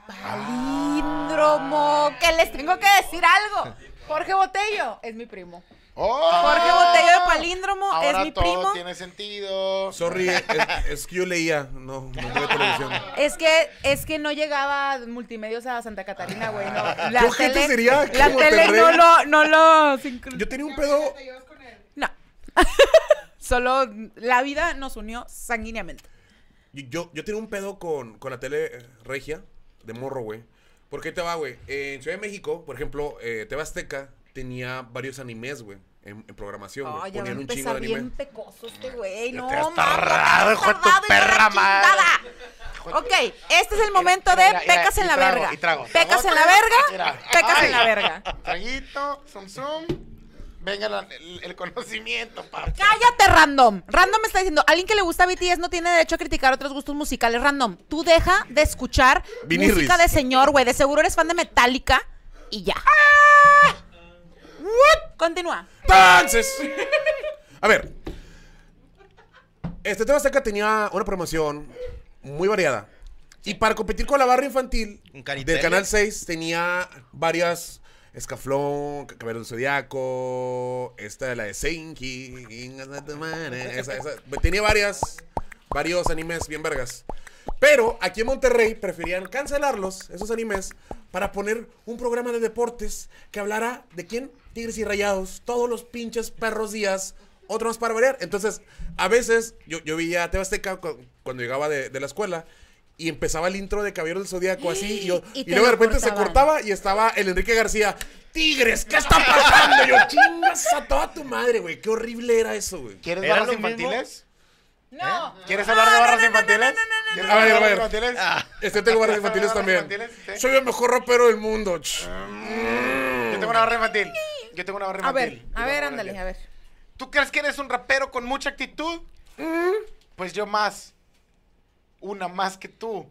Palíndromo. Que les tengo que decir algo. Jorge Botello es mi primo. ¡Oh! Jorge Botello de Palíndromo Ahora es mi todo primo. tiene sentido. Sorry, es, es que yo leía. No, no veo televisión. Es que, es que no llegaba multimedios a Santa Catarina, güey. No. La ¿Tú qué te tele, sería que la Monterrey- tele no lo, no lo sincro- Yo tenía un pedo. No. [laughs] Solo la vida nos unió sanguíneamente. Yo, yo, yo tenía un pedo con, con la tele eh, regia de morro, güey. Porque ahí te va, güey. En Ciudad de México, por ejemplo, eh, TV Azteca tenía varios animes, güey. En, en programación, Ay, güey. Ah, ya va a Ponían un empezar chingo de bien anime. pecoso este güey. No, te has mames, tardado, hijo de tu tardado y la perra madre. chingada. Ok, este es el momento de Mira, mira, pecas y en la trago, verga. y trago. Pecas en la Mira. verga, pecas en la Ay. verga. Traguito, zum zum. Venga la- el, el conocimiento, papá. Cállate, Random. Random está diciendo, alguien que le gusta BTS no tiene derecho a criticar otros gustos musicales. Random, tú deja de escuchar Vinirris. música de señor, güey. De seguro eres fan de Metallica y ya. Ah. What? Continúa. Entonces. A ver. Este tema Azteca tenía una promoción muy variada. Y para competir con la barra infantil Con Caritelia. del Canal 6 tenía varias. Escaflón, Caballero del Zodiaco, esta de la de Seinki, esa, esa. Tenía varias, varios animes bien vergas. Pero aquí en Monterrey preferían cancelarlos, esos animes, para poner un programa de deportes que hablara de quién, Tigres y Rayados, todos los pinches perros días, otro más para variar. Entonces, a veces yo, yo veía a Tebasteca cuando llegaba de, de la escuela y empezaba el intro de Caballero del Zodíaco así y, yo, [gasps] Y y te luego de lo repente se cortaban. cortaba y estaba el Enrique García. Tigres, ¿qué está pasando? Yo chingas a toda tu madre, güey. Qué horrible era eso, güey. ¿Quieres ¿Era barras lo mismo? infantiles? ¿Eh? No. ¿Quieres hablar de barras infantiles? ¿Quieres hablar de no, no, barras no, no, no, infantiles? Este tengo barras infantiles ¿Barras también. infantiles? Sí. Soy el mejor rapero del mundo. ch. Yo tengo una barra infantil. Yo tengo una barra A infantil. ver, Yo tengo a una ver, barra ándale, infantil. a ver. ¿Tú crees que eres un rapero con mucha actitud? Mm. Pues yo más. Una más que tú.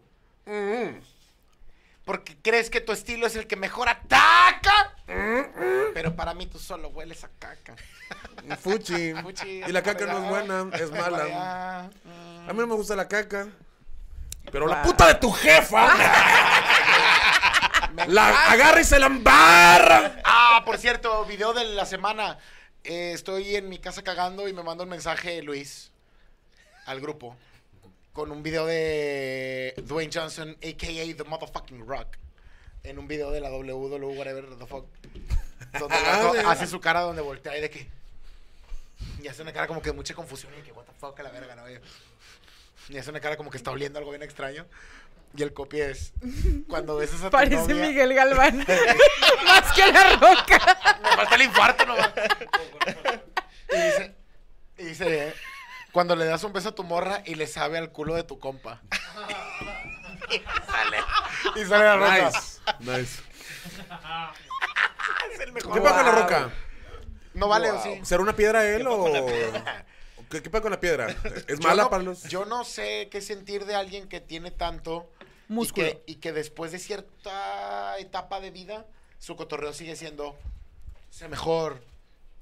Mm. Porque crees que tu estilo es el que mejor ataca. Mm, Pero para mí tú solo hueles a [laughs] caca. Fuchi. Fuchi, Y la caca no es buena, es mala. Ah, A mí no me gusta la caca. Pero la puta de tu [laughs] jefa. la agarra y se la embarra. Ah, por cierto, video de la semana. Eh, estoy en mi casa cagando y me manda un mensaje Luis al grupo con un video de Dwayne Johnson, a.k.a. The Motherfucking Rock, en un video de la WW, whatever the fuck, donde el vato hace su cara donde voltea y de que... Y hace una cara como que de mucha confusión y que what the fuck a la verga, ¿no? Y hace una cara como que está oliendo algo bien extraño. Y el copy es cuando besas a tu [laughs] Parece novia- Miguel Galván. [laughs] [laughs] Más que la roca. me falta el infarto nomás. y dice, y dice, eh, cuando le das un beso a tu morra y le sabe al culo de tu compa. y sale. Y sale la roca. Nice. Nice. es el ¿Qué mejor. pasa con la roca? No vale, ¿o sí? ¿Será una piedra él pasa o.? con la piedra? ¿Qué, ¿Qué pasa con la piedra? ¿Es Yo mala no- para los.? Yo no sé qué sentir de alguien que tiene tanto y que- Músculo. Y que, después de cierta etapa de vida, su cotorreo sigue siendo sé mejor,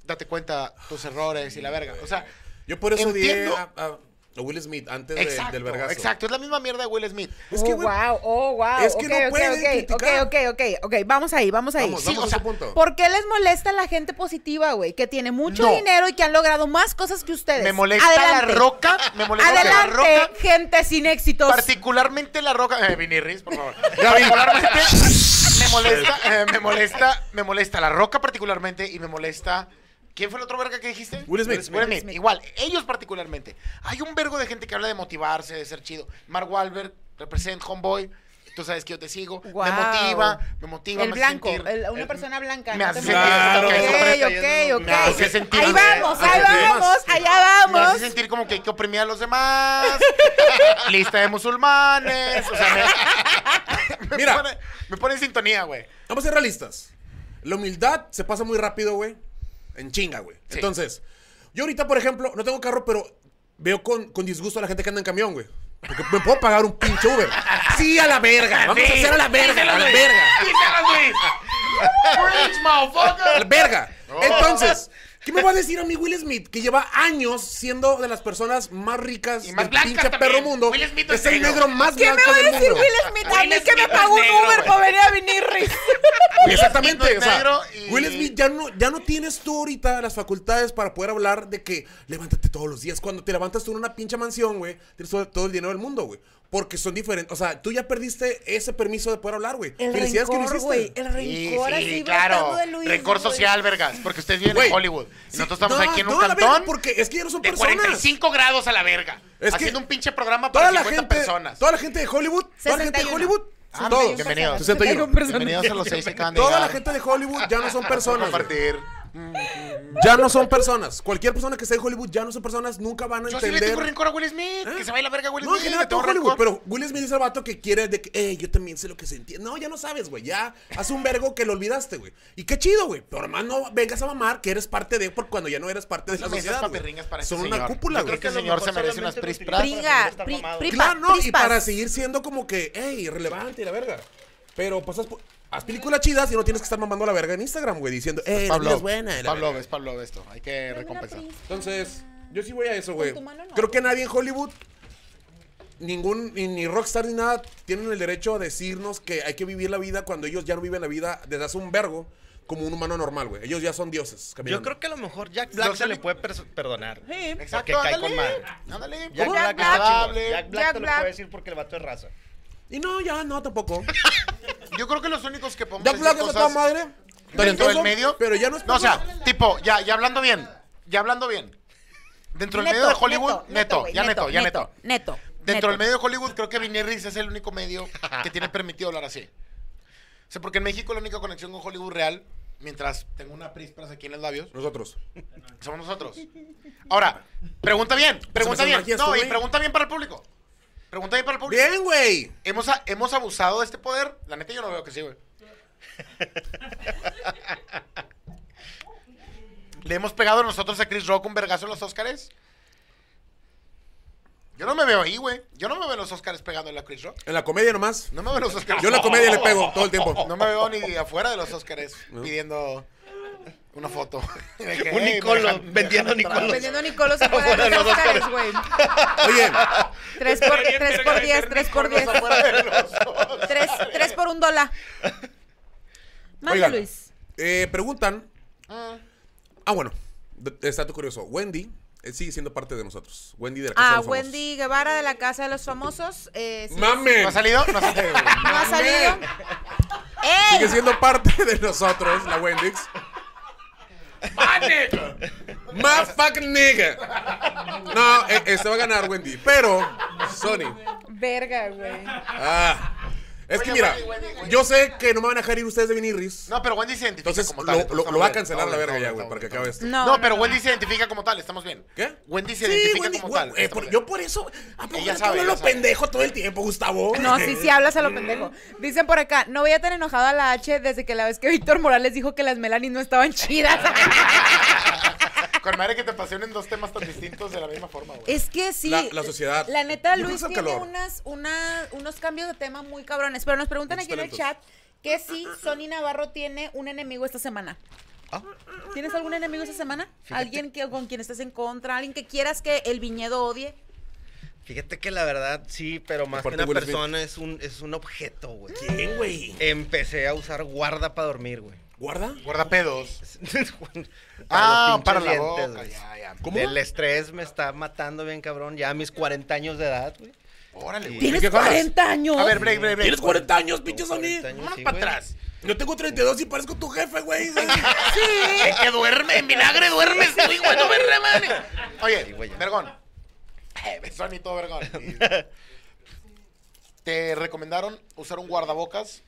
date cuenta tus errores y la verga. O sea, Yo por eso odié Entiendo. a, a- a Will Smith antes de- exacto, del vergazo. exacto. Es la misma mierda de Will Smith. Es que, oh, güey, wow, oh, wow. es que Ok, no ok, pueden ok, criticar. Ok, ok, ok, ok. Vamos ahí, vamos ahí. Vamos, Sí, vamos o a ese sea, punto. ¿Por qué les molesta la gente positiva, güey? Que tiene mucho No. dinero y que han logrado más cosas que ustedes. Me molesta Pues, Adelante. la roca, me molesta Adelante, la roca. gente sin éxitos. Particularmente la roca. Eh, Vinny Riz, por favor. Particularmente. [laughs] Me molesta, eh, me molesta, me molesta la roca particularmente y me molesta. ¿Quién fue el otro verga que dijiste? Will Smith. Will Smith. Smith. Igual, ellos particularmente. Hay un vergo de gente que habla de motivarse, de ser chido. Mark Wahlberg, represent homeboy. Tú sabes que yo te sigo. Me Guau. motiva, me motiva. el me hace blanco, sentir- el- una el- persona blanca. me no hace te sentir- molestes. claro. Ok, ok, Me hace ok. sentir- Ahí vamos, ahí Hace temas. vamos, allá Me hace vamos. sentir como que hay que oprimir a los demás. [laughs] Lista de musulmanes. O sea, me, [laughs] me Mira. pone, me pone en sintonía, güey. Vamos a ser realistas. La humildad se pasa muy rápido, güey. En chinga, güey. Sí. Entonces, yo ahorita, por ejemplo, no tengo carro, pero veo con, con disgusto a la gente que anda en camión, güey. Porque me puedo pagar un pinche Uber. Sí, a la verga. Vamos a Sí. hacer a la verga, a la verga. Preach, A la motherfucker. verga. Entonces, ¿qué me va a decir a mi Will Smith que lleva años siendo de las personas más ricas Y más del blancas pinche también. perro mundo? Will Smith es es el negro. negro más ¿Qué me blanco va a del decir mundo. Will Smith? A Will mí que me Smith es pagó un negro, Uber güey. para venir a venir Riz. Exactamente, Will Smith o sea, negro y- Will Smith ya no, ya no tienes tú ahorita las facultades para poder hablar de que levántate todos los días. Cuando te levantas tú en una pinche mansión, güey, tienes todo, todo el dinero del mundo, güey. Porque son diferentes. O sea, tú ya perdiste ese permiso de poder hablar, güey. El Felicidades que lo rencor, hiciste. güey. El rencor así brotando de Luis. Rencor güey. social, vergas. Porque ustedes viven Güey, en Hollywood. Y sí, nosotros estamos no, aquí en un no, la verga, cantón Porque es que ya no son de personas. 45 grados a la verga. Es que haciendo un pinche programa para toda la 50 gente, personas. toda la gente de Hollywood, toda la gente de 61. Hollywood, Ah, son todos. todos. Bienvenidos. 61. Bienvenidos a los [laughs] seis que acaban de Toda la llegar. gente de Hollywood ya no son Vamos a personas. güey. compartir. Ya no son personas. Cualquier persona que esté en Hollywood ya no son personas, nunca van a Yo sí entender. ¿Eh? le tengo rencor a Will Smith. Que se vaya la verga Will No, en Smith. le general todo tengo Hollywood, pero rencor. Will Smith es el vato que quiere de que, eh, yo también sé lo que sentí. No, ya no sabes, güey, ya hace un vergo que lo olvidaste, güey. Y qué chido, güey, pero más no vengas a mamar que eres parte de, por cuando ya no eres parte de la No me digas sociedad, güey. papirringas para Son este una señor. cúpula, Yo güey. creo que el señor se merece unas pris pras. Pringa, pri- pri- Claro, no, y prispas. para seguir siendo como que, ey, irrelevante y la verga. Pero pasas por- Haz películas chidas y no tienes que estar mamando a la verga en Instagram, güey, diciendo, eh, la vida Pues, Pablo, es buena. y la Pablo, verga. es Pablo esto. Hay que recompensar. Entonces, yo sí voy a eso, güey. tu mano no. Creo que nadie en Hollywood, ningún, ni, ni rockstar ni nada, tienen el derecho a decirnos que hay que vivir la vida cuando ellos ya no viven la vida desde hace un vergo como un humano normal, güey. Ellos ya son dioses. Yo caminando. creo que a lo mejor Jack Black Los se le sali- puede pers- perdonar. Sí. Porque Exacto, cae con ándale. madre. Ándale. Jack ¿Cómo? Black, Jack está Black. chingón. Jack Black Jack te lo Black. puede decir porque el vato es raza. Y no, ya, no, [laughs] tampoco. Yo creo que los únicos que podemos Jack decir Black es de toda cosas madre. dentro talentoso, del medio. Pero ya no es o sea, persona. tipo, ya, ya hablando bien. Ya hablando bien. Dentro del medio de Hollywood, neto, güey, ya neto, ya neto. Neto. Dentro del neto. medio de Hollywood, creo que Vinny Riz es el único medio que tiene permitido hablar así. O sea, porque en México la única conexión con Hollywood real, mientras tengo una prispras aquí en los labios, Nosotros. somos nosotros. Ahora, pregunta bien, pregunta hace bien. magia esto, No, y güey. pregunta bien para el público. Pregunta bien para el público. Bien, güey. ¿Hemos, a- ¿Hemos abusado de este poder? La neta yo no veo que sí, güey. [laughs] ¿Le hemos pegado nosotros a Chris Rock un vergazo en los Oscars? Yo no me veo ahí, güey. Yo no me veo en los Oscars pegándole a Chris Rock. En la comedia [laughs] nomás. No me veo en los Oscars. Yo en la comedia le pego todo el tiempo. [laughs] No me veo ni afuera de los Oscars pidiendo una foto. [laughs] De [laughs] que, Un "Hey, me Nicolo, dejan- me vendiendo dejan entrar". Nicolos. Vendiendo Nicolos afuera de los Óscares, güey. Oye, 3 por 3 por 10, 3 por 10. Afuera de [laughs] los Oscars. 3 3 por un dólar. Manda Oigan. Luis. eh, preguntan. Ah, bueno. de- Está tu curioso. Wendy eh, sigue siendo parte de nosotros. Wendy de la Casa de A los Famosos. Ah, Wendy Guevara de la Casa de los Famosos. eh, sí, ¡Mame! ¿No ha salido? No ha salido. No ha salido. ¡Ey! Sigue siendo parte de nosotros, la Wendix. ¡My fuck nigga! No, e, este eh, eh, se va a ganar Wendy, pero Sony. Verga, güey. Ah, Es que Oye, mira, Wendy, Wendy, Wendy. yo sé que no me van a dejar ir ustedes de Vinirris. No, pero Wendy se identifica Entonces como lo, tal. lo- entonces lo va a estamos cancelar bien, la verga estamos ya, bien, güey, para que estamos acabe esto. No, bien. no, No, pero Wendy se identifica como tal, estamos bien. ¿Qué? Wendy se Sí, identifica Wendy, como güey, tal. eh, estamos por- bien. yo por eso. ¿A poco no Ella te sabe, hablo ella lo sabe. pendejo todo el tiempo, Gustavo? No, sí, sí hablas a lo pendejo. Dicen por acá, no veía tan enojado a la H desde que la vez que Víctor Morales dijo que las Melanie no [laughs] estaban chidas. [laughs] Con madre que te apasionen dos temas tan distintos de la misma forma, güey. Es que sí. La- la sociedad. La neta, Yo creo que Luis es el tiene calor. unas, una- unos cambios de tema muy cabrones. Pero nos preguntan Muchos aquí en el chat talentos. que si Sony Navarro tiene un enemigo esta semana. Ah. ¿Tienes algún enemigo esta semana? ¿Alguien que, con quien estés en contra? ¿Alguien que quieras que el viñedo odie? Fíjate que la verdad sí, pero más que Aparte una Will Smith. persona es un, es un objeto, güey. ¿Quién, güey? Empecé a usar guarda para dormir, güey. [laughs] ¿Guarda? Guarda pedos. ah, Ah, para la dientes, boca. güey. Ya, ya. ¿Cómo? El estrés me está matando bien, cabrón. Ya a mis 40 años de edad, güey. Órale, güey. ¿Tienes qué jodas? 40 años? A ver, break, break, break. Tienes 40 años, pinche Sony. 40 años, Vámonos sí, para güey. atrás. Yo tengo 32 y parezco tu jefe, güey. [laughs] Es que duerme, en vinagre duermes tú, güey, no me remane. Oye, Sí, güey, ya. vergón. Eh, Besón y [laughs] todo vergón. Y- Te recomendaron usar un guardabocas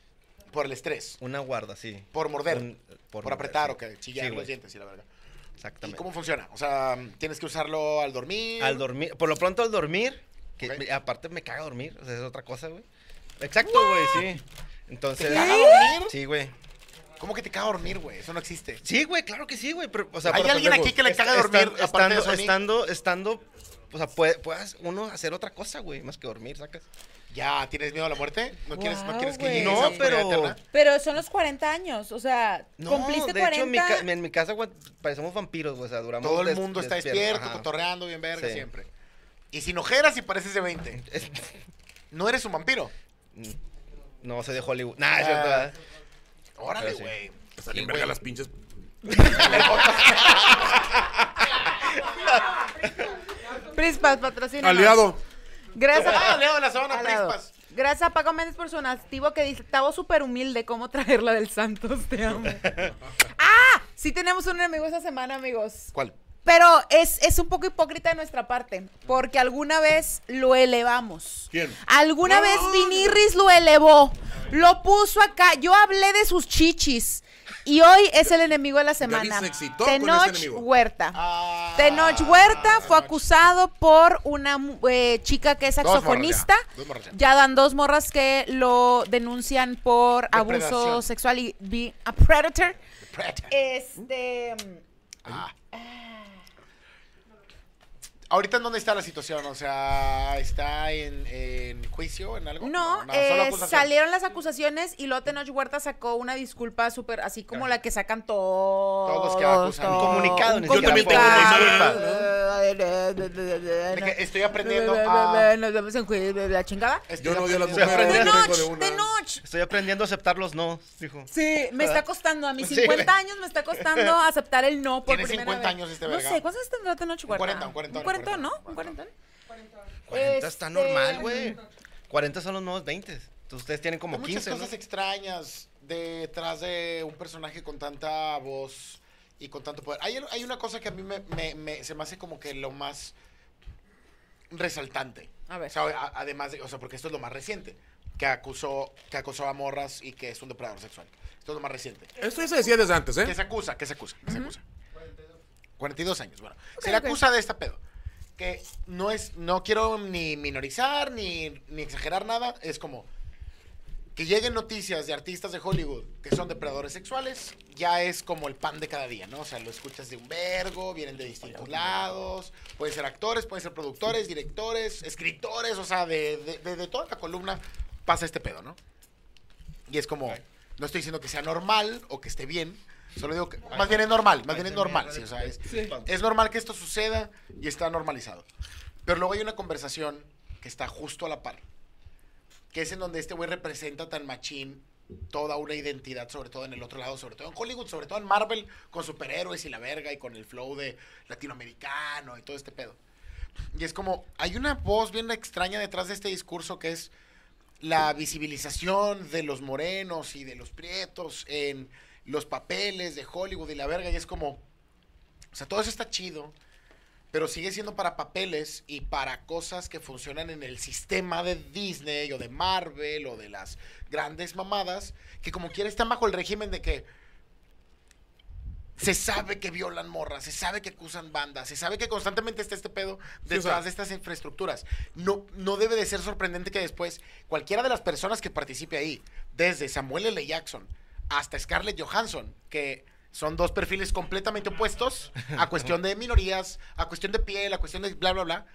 por el estrés, Una guarda, sí. por morder, Un- eh, por, morder, apretar sí. o que chillar Sí, los güey, dientes y la verga. ¿Y Exactamente. cómo funciona? O sea, tienes que usarlo al dormir. Al dormir, por lo pronto al dormir, que Ok. me- aparte me caga dormir, o sea, es otra cosa, güey. ¡Ah! Exacto, güey, sí. Entonces, ¿Te caga dormir? sí, güey. ¿Cómo que te caga dormir, güey? Eso no existe. Sí, güey, claro que sí, güey, pero o sea, ¿Hay por- alguien aquí que le est- caga dormir estan- aparte de estando, Sony? estando estando o sea, puede- puedas uno hacer otra cosa, güey, más que dormir, sacas. Ya, ¿tienes miedo a la muerte? ¿No quieres, no Guau, quieres que güey. llegue No, esa oscuridad pero- eterna? Pero son los 40 años. O sea, No, cumpliste de 40. hecho en mi, ca- en mi casa güey, parecemos vampiros, güey, o sea, duramos Todo el des- mundo está despierto, ajá. cotorreando, bien verga Sí. siempre. Y sin ojeras y pareces de 20. Es- No eres un vampiro. No, soy de Hollywood. Nah, es cierto. Ah. ¿verdad? Órale, Pero sí. güey. Están en verga las pinches. Prispas, patrocina. Aliado. Gracias. Ah, Leo de la Sabana, Aliado. Prispas. Gracias a Paco Méndez por su nativo que dice, estaba súper humilde, ¿cómo traerla del Santos? [laughs] Te amo. ¡Ah! Sí tenemos un enemigo esta semana, amigos. ¿Cuál? Pero es, es un poco hipócrita de nuestra parte, porque alguna vez lo elevamos. ¿Quién? Alguna vez Vinirris lo elevó, lo puso acá. Yo hablé de sus chichis. Y hoy es el enemigo de la semana. se excitó con ese Tenoch enemigo. Huerta. Ah, Tenoch Huerta fue Tenoch. acusado por una mu- eh, chica que es Dos morras saxofonista. ya, dos morras ya. Ya dan dos morras que lo denuncian por abuso Depredación. sexual y being a predator. Preta. Este. Ah. Ahorita en dónde está la situación, o sea, está en, en juicio, en algo. No, nada, solo eh, acusación. salieron las acusaciones y luego Tenoch Huerta sacó una disculpa súper, así como la que sacan todos. Todos los que acusan. Un comunicado, Un ni siquiera comunicado. De que estoy aprendiendo a- Nos vemos en juicio, la chingada. Estoy Yo no odio a las aprendiendo. mujeres. Pero vengo de Tenoch, una. Tenoch. Estoy aprendiendo a aceptar los no, dijo. Sí, me está costando. A mis Sí, 50 güey. años me está costando aceptar el no por Tiene primera 50 vez. años este No verga. sé, ¿cuántos años tendrá Tenoch Huerta? 40, un 40, ¿Un 40, un no? 40. ¿Un 40? 40 está Este- normal, güey. 40 son los nuevos 20. Entonces, ustedes tienen Hay como muchas 15, ¿no? cosas extrañas detrás de un personaje con tanta voz y con tanto poder. Hay, hay una cosa que a mí me, me- me- se me hace como que lo más resaltante. A ver. O sea, a- además de, o sea, porque esto es lo más reciente, que acusó, que acosó a morras y que es un depredador sexual. Esto es lo más reciente. Esto ya se decía desde antes, ¿Qué ¿eh? se acusa? ¿Qué se acusa? ¿Qué se acusa? 42 años, bueno. se Ok, le ok. acusa de esta pedo. Que no es, no quiero ni minorizar, ni, ni exagerar nada. Es como que lleguen noticias de artistas de Hollywood que son depredadores sexuales, ya es como el pan de cada día, ¿no? O sea, lo escuchas de un vergo, vienen de distintos lados, pueden ser actores, pueden ser productores, directores, escritores, o sea, de, de- de- de toda la columna pasa este pedo, ¿no? Y es como, no estoy diciendo que sea normal o que esté bien, solo digo que, más bien es normal, más bien es normal, sí, o sea, es, es normal que esto suceda y está normalizado. Pero luego hay una conversación que está justo a la par, que es en donde este güey representa tan machín toda una identidad, sobre todo en el otro lado, sobre todo en Hollywood, sobre todo en Marvel, con superhéroes y la verga y con el flow de latinoamericano y todo este pedo. Y es como, hay una voz bien extraña detrás de este discurso que es la visibilización de los morenos y de los prietos en los papeles de Hollywood y la verga. Y es como, o sea, todo eso está chido, pero sigue siendo para papeles y para cosas que funcionan en el sistema de Disney o de Marvel o de las grandes mamadas, que como quiera están bajo el régimen de que se sabe que violan morras, se sabe que acusan bandas, se sabe que constantemente está este pedo Sí, o detrás sea- de estas infraestructuras. No, no debe de ser sorprendente que después cualquiera de las personas que participe ahí, desde Samuel L. Jackson hasta Scarlett Johansson, que son dos perfiles completamente opuestos a cuestión de minorías, a cuestión de piel, a cuestión de bla, bla, bla.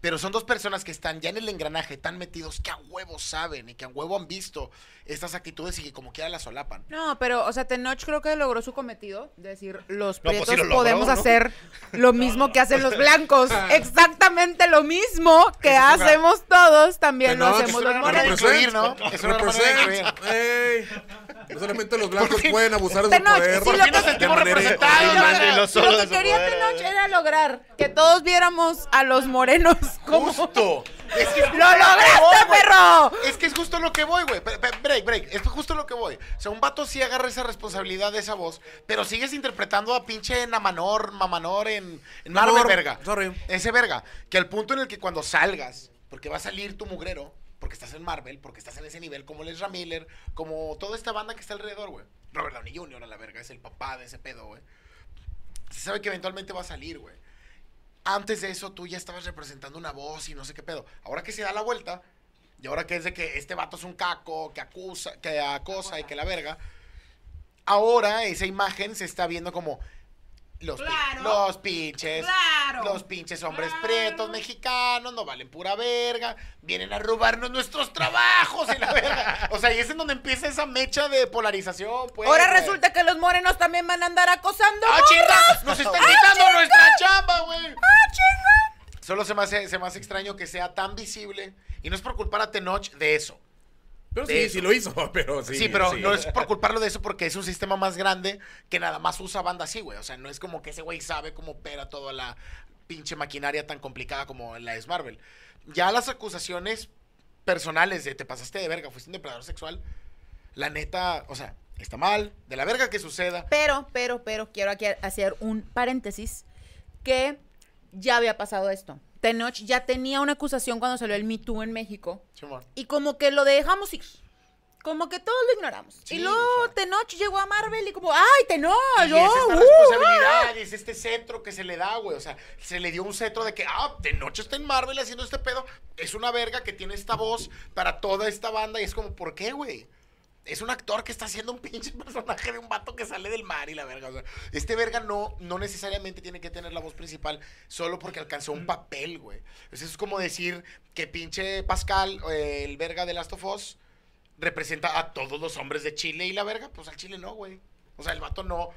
Pero son dos personas que están ya en el engranaje, tan metidos que a huevo saben y que a huevo han visto estas actitudes y que como quiera las solapan. No, pero, o sea, Tenoch creo que logró su cometido. De decir, los No, pues prietos sí lo logró, podemos ¿no? hacer lo mismo que hacen los blancos. Exactamente lo mismo que hacemos todos, también lo Tenoch, hacemos los una morenos. manera de incluir, ¿no? Es una manera de Represent, ey. No solamente los blancos pueden abusar de su Tenoch, poder. sí, lo de que- nos sentimos manera representados. horrible. Ay, Lo no que, solo lo que de su quería poder, Tenoch era lograr que todos viéramos a los morenos como... Justo. Es que es ¡Lo lograste, perro! Es que es justo lo que voy, güey. Pe- pe- Break, break. Es justo lo que voy. O sea, un vato sí agarra esa responsabilidad de esa voz, pero sigues interpretando a pinche Namanor, Mamanor en, en Marvel, Namor, verga. sorry. Ese verga. Que al punto en el que cuando salgas, porque va a salir tu mugrero, porque estás en Marvel, porque estás en ese nivel, como Les Ramiller, como toda esta banda que está alrededor, güey. Robert Downey Jr. a la verga, es el papá de ese pedo, güey. Se sabe que eventualmente va a salir, güey. Antes de eso tú ya estabas representando una voz y no sé qué pedo. Ahora que se da la vuelta, y ahora que es de que este vato es un caco, que acusa, que acosa y que la verga. Ahora esa imagen se está viendo como los, pi- Claro. los pinches. Claro. Los pinches hombres Claro. prietos mexicanos no valen pura verga. Vienen a robarnos nuestros trabajos y la verga. O sea, y es en donde empieza esa mecha de polarización, pues. Ahora güey. resulta que los morenos también van a andar acosando ¡Ah, morras. chinga! ¡Nos están ¡Ah, quitando chinga! nuestra chamba, güey! ¡Ah, chinga! Solo se me, hace, se me hace extraño que sea tan visible. Y no es por culpar a Tenoch de eso. Pero De sí, eso. sí lo hizo, [laughs] pero sí. Sí, pero sí. no es por culparlo de eso porque es un sistema más grande que nada más usa banda así, güey. O sea, no es como que ese güey sabe cómo opera toda la pinche maquinaria tan complicada como la es Marvel. Ya las acusaciones personales de te pasaste de verga, fuiste un depredador sexual, la neta, o sea, está mal, de la verga que suceda. Pero, pero, pero, quiero aquí hacer un paréntesis que ya había pasado esto. Tenoch ya tenía una acusación cuando salió el Me Too en México Simón. y como que lo dejamos ir. Como que todos lo ignoramos. Sí, y luego o sea. Tenoch llegó a Marvel y como, ¡ay, Tenoch! Y oh, es esta uh, responsabilidad, y es este cetro que se le da, güey. O sea, se le dio un cetro de que, ah, de noche está en Marvel haciendo este pedo. Es una verga que tiene esta voz para toda esta banda. Y es como, ¿por qué, güey? Es un actor que está haciendo un pinche [laughs] personaje de un vato que sale del mar y la verga. O sea, este verga no, no necesariamente tiene que tener la voz principal solo porque alcanzó un papel, güey. O sea, eso es como decir que pinche Pascal, eh, el verga de Last of Us, representa a todos los hombres de Chile y la verga. Pues al Chile no, güey. O sea, el vato no.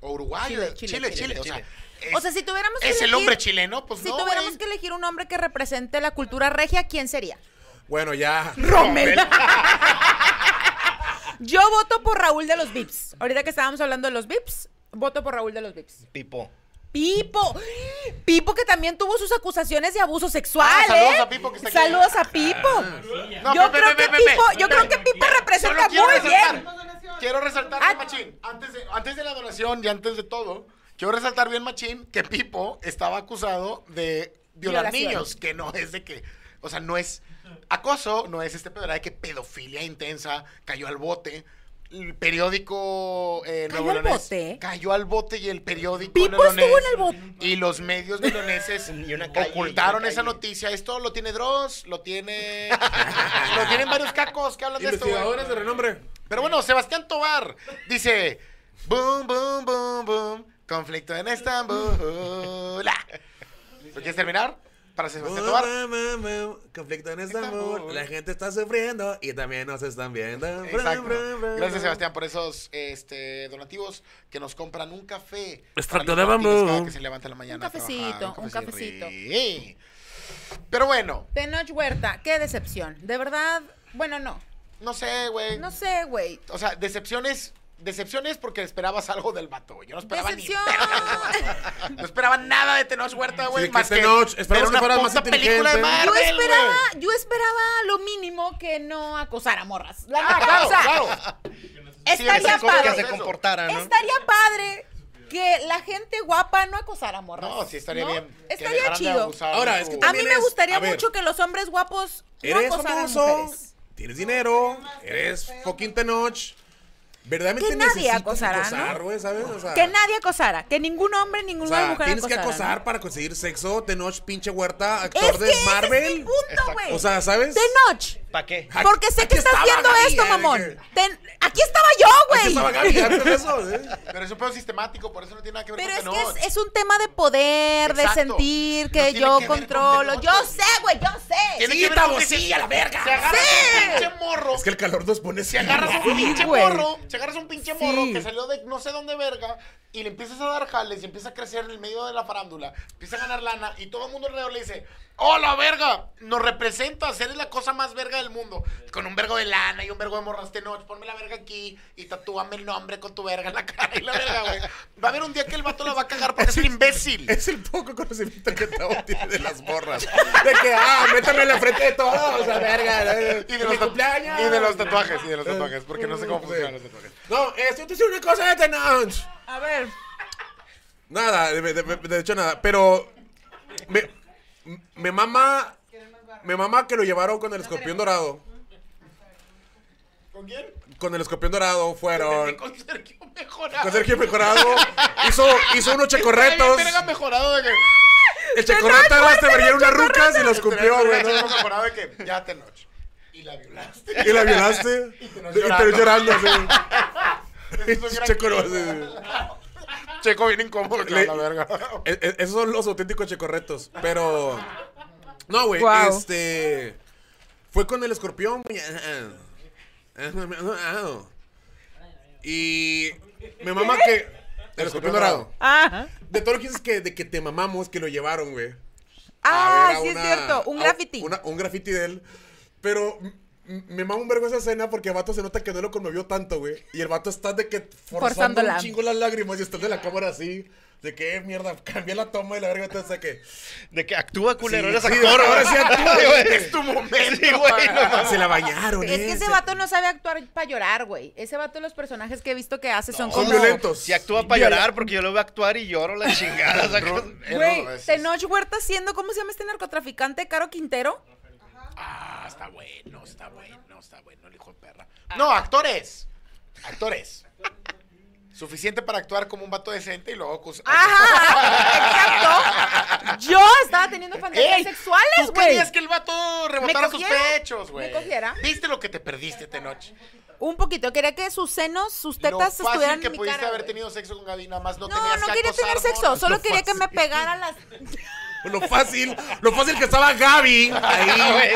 O Uruguay, Chile, Chile, Chile, Chile, Chile. Chile, o, sea, es, O sea, si tuviéramos que es el elegir- hombre chileno, pues Si no, tuviéramos güey. que elegir un hombre que represente la cultura regia, ¿quién sería? Bueno, ya. Rommel. [laughs] Yo voto por Raúl de los Vips. Ahorita que estábamos hablando de los Vips, voto por Raúl de los Vips. Pipo. Pipo. Pipo que también tuvo sus acusaciones de abuso sexual. Ah, saludos ¿eh? a Pipo que está aquí. Ah, Saludos a Pipo. No, yo, pe- pe- creo que pe- pe- Pipo pe- yo pe- creo que Pipo Solo representa quiero muy resaltar, bien. Quiero resaltar, Ah. bien, Machín, antes de, antes de la donación y antes de todo, quiero resaltar bien, Machín, que Pipo estaba acusado de violar Violación. niños, que no es de que, o sea, no es acoso, no es este pedo, era de que pedofilia intensa, cayó al bote. El periódico eh, ¿Cayó Nuevo al Leonés bote? cayó al bote y el periódico Pipo Nuevo estuvo en Leonés el bote. y los medios neoleoneses Y una calle, ocultaron y una esa calle. noticia. Esto lo tiene Dross, [laughs] lo tiene lo tienen varios cacos que hablan de esto. güey. Investigadores de renombre. Pero bueno, Sebastián Tobar dice: Boom, boom, boom, boom. Conflicto [laughs] en Estambul. Ah. ¿Lo quieres terminar? Para Sebastián Tobar. Oh, ma, ma, ma, Conflicto en Estambul. Estambul. La gente está sufriendo y también nos están viendo. Bra, Exacto. bra, bra, Gracias, bra. Sebastián, por esos este, donativos que nos compran un café. Extracto para de los martines bambú. cada que se levanta en la mañana. a cafecito, trabajar. un cafecito. Sí. Pero bueno, Tenoch Huerta, qué decepción. De verdad, bueno, no. no sé, güey. No sé, güey. O sea, decepciones. Decepciones porque esperabas algo del vato, güey. Yo no esperaba Decepción. ni verga. No esperaba nada de Tenoch Huerta, güey. Sí, que más que Tenoch, ver esperamos una que fuera más puta película de inteligente. Yo Marvel, esperaba, güey. yo esperaba lo mínimo que no acosara morras. La Ah, neta, claro, o sea, claro. estaría exacto, Que padre. se comportara, ¿no? Estaría padre que la gente guapa no acosara morras. No, sí estaría ¿no? bien. que Estaría dejaran de chido. abusar Ahora, de es que su- A mí También me es- gustaría a ver. mucho que los hombres guapos no Eres acosaran famoso, mujeres. tienes dinero, eres fucking tenoch. Verdaderamente Que nadie necesitas acosará, ¿no? acosar, güey, ¿sabes? O sea, Que nadie acosara, que ningún hombre, Ah. o ninguna sea, mujer tienes que acosara. acosar para conseguir sexo. Tenoch, pinche huerta, ¿no? Es actor que de ese es mi Marvel. punto, güey. O sea, ¿sabes? de noche. ¿Para qué? pues. Aquí- Porque sé aquí que estás estaba viendo Gaby, esto, eh, mamón. de Ten- Aquí estaba yo, que estaba güey. Gaby, antes de eso, ¿eh? Pero es un pedo sistemático, por eso no tiene nada que ver Pero es con que Tenoch. es, es un tema de poder, de Exacto. sentir No que tiene yo que ver con controlo. Tenoch, Yo güey. sé, güey, yo sé. Tiene Sí, que ver con Tavo, que se- sí, a la verga. Se agarras Sí. un pinche morro. Es que el calor nos pone así. Si agarras un pinche güey. morro, si agarras un pinche morro Sí. que salió de no sé dónde verga y le empiezas a dar jales y empieza a crecer en el medio de la farándula, empieza a ganar lana y todo el mundo alrededor le dice, ¡Hola, verga! Nos representas, eres la cosa más verga del mundo. Con un vergo de lana y un vergo de morras de noche, ponme la verga aquí y tatúame el nombre con tu verga en la cara y la verga, güey. Va a haber un día que el vato la va a cagar porque es un imbécil. [laughs] [laughs] Es el poco conocimiento que Tavo tiene de las morras. De que, ah, métame en la frente de todos, o sea, verga. eh, Y de, mi los cumpleaños. Eh, y de los tatuajes, y de los tatuajes, porque no sé cómo funcionan los tatuajes. No, eh, yo te hice una cosa de Tenoch. A ver. Nada, de, de- de- de hecho nada, pero me, me mama me mama que lo llevaron con el escorpión dorado. ¿Con quién? Con el escorpión dorado fueron Con Sergio Mejorado. con Sergio Mejorado hizo, hizo unos checorretos. Está bien verga mejorado de que. El checorreta era este verguero unas rucas y los cumplió, güey. Está bien ¿no? verga mejorado de que ya te noche. Y la violaste. Y la violaste. Y Tenoch te ves llorando, sí. [laughs] Ese es un gran Checo, no, clip. sí, Checo bien incómodo, que Le- la verga. E- e- Esos son los auténticos checorretos. Pero. No, güey. Guau. Este. Fue con el escorpión. güey. Y. Me mama que. El escorpión dorado. Ah, De todo lo que dices que, de que te mamamos, que lo llevaron, güey. a ah ver a sí es una- cierto. Un a- graffiti. una- un graffiti de él. Pero m- me mama un vergo esa escena porque el vato se nota que no lo conmovió tanto, güey. Y el vato está de que forzando Forzándola. un chingo las lágrimas y está de la cámara así. De que, eh, mierda, [laughs] cambié la toma y la verga, entonces de que... De que actúa, culero, Sí, eres sí, actor. ahora sí actúa, güey. Es tu momento. Sí, güey, no mames. [laughs] Se la bañaron, Es que ese vato no sabe actuar para llorar, güey. Ese vato, los personajes que he visto que hace son Son como. violentos. Si actúa para llorar, porque yo lo veo actuar y lloro la chingada. o sea, con- Güey, Tenoch Huerta siendo, ¿cómo se llama este narcotraficante? Caro Quintero. Ah, está bueno, está bueno, está bueno el hijo de perra. Ah. No, actores. Actores. Suficiente para actuar como un vato decente y luego acus- Ajá, exacto. Yo estaba teniendo fantasías Ey, sexuales, ¿Tú güey. querías que el vato rebotara sus cogiera? pechos, güey? ¿Me cogiera? ¿Viste lo que te perdiste esta noche? Un poquito. Quería que sus senos, sus lo tetas fácil estuvieran que en mi pudiste cara. haber güey. tenido sexo con Gaby, nada más no, No, tenías no que quería tener acosar, sexo. morras. Solo quería que me pegara las. Lo fácil, lo fácil que estaba Gaby [laughs] ahí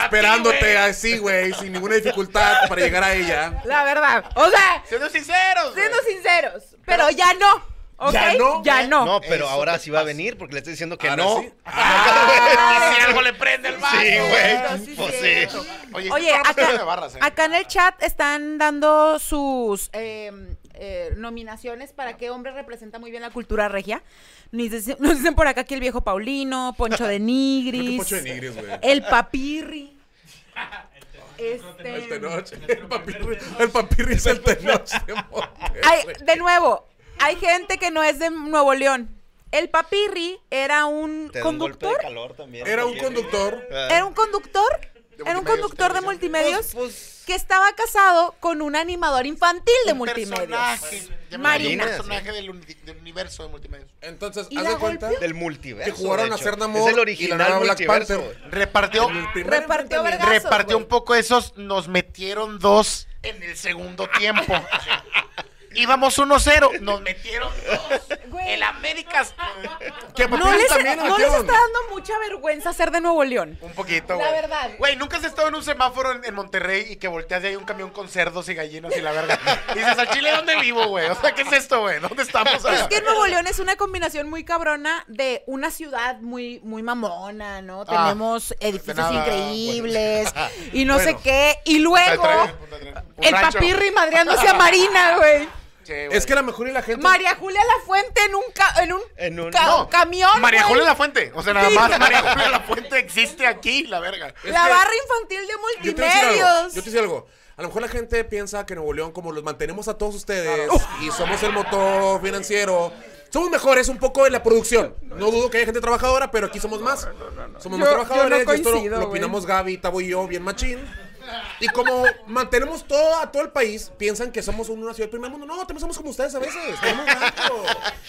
esperándote así, güey, sin ninguna dificultad para llegar a ella. La verdad. O sea, Siendo sinceros. siendo güey. sinceros. Pero ya no. ¿Ok? ¿Ya no? Ya no. No, pero Eso ahora te sí va a pasa. venir porque le estoy diciendo que [laughs] Ahora no. sí. Ah, Si algo le prende el vaso. Sí, cierto, güey. Ah, sí, Pues cierto. sí. Oye, Oye, acá, de barras, eh. acá en el chat están dando sus eh, eh, nominaciones para qué hombre representa muy bien la cultura regia. Nos dicen, nos dicen por acá que el viejo Paulino, Poncho de Nigris, Creo que Poncho de Nigris, güey. el Papirri. Este, El Tenoch, el papirri, el papirri es el Tenoch de Monterrey. Ay, de nuevo, hay gente que no es de Nuevo León. El Papirri era un Te da un golpe de Ah, conductor, calor también. Era un porque- conductor. Ah. era un conductor, era multimedios, un conductor de televisión. multimedios. Pues, que estaba casado con un animador infantil de Un multimedia. personaje, llámale Marina. Un personaje del, uni- del universo de multimedia. Entonces, ¿Y haz la de cuenta golpeó? del multiverso. que jugaron de a hecho. ser Es Namor el y la original nueva Black multiverso. Panther. Repartió, El primer Repartió enfrentamiento. vergazos, repartió güey. un poco esos, nos metieron dos en el segundo [laughs] tiempo. Íbamos 1-0, nos metieron dos. Güey. El Américas. Que a No Papirri les, también no les metieron. está dando mucha vergüenza ser de Nuevo León. Un poquito, La güey. verdad. Güey, nunca has estado en un semáforo en, en Monterrey y que volteas y hay un camión con cerdos y gallinas y la verga. Y dices, ¿al Chile dónde vivo, güey? O sea, ¿qué es esto, güey? ¿Dónde estamos? Es que Nuevo León es una combinación muy cabrona de una ciudad muy, muy mamona, ¿no? Ah, Tenemos edificios [laughs] nada, increíbles y no pues. sé Bueno. qué. Y luego Un el rancho. papirri madreándose a [laughs] Marina, güey. Sí, güey. Es que a lo mejor y la gente. María Julia La Fuente en un, ca- en un, En un- ca- No, camión. María güey. Julia La Fuente. O sea, nada Sí. más María Julia La Fuente existe aquí, la verga. La barra infantil de Yo te voy a decir algo, multimedios. Yo te voy a decir algo. A lo mejor la gente piensa que Nuevo León, como los mantenemos a todos ustedes y somos el motor financiero, somos mejores un poco en la producción. No dudo que haya gente trabajadora, pero aquí somos más. Somos Yo- más yo no trabajadores. y esto lo- coincido, lo, güey. opinamos Gaby, Tabo y yo, bien machín. Y como mantenemos todo, a todo el país, piensan que somos una ciudad del primer mundo. No, también somos como ustedes a veces. Tenemos gato.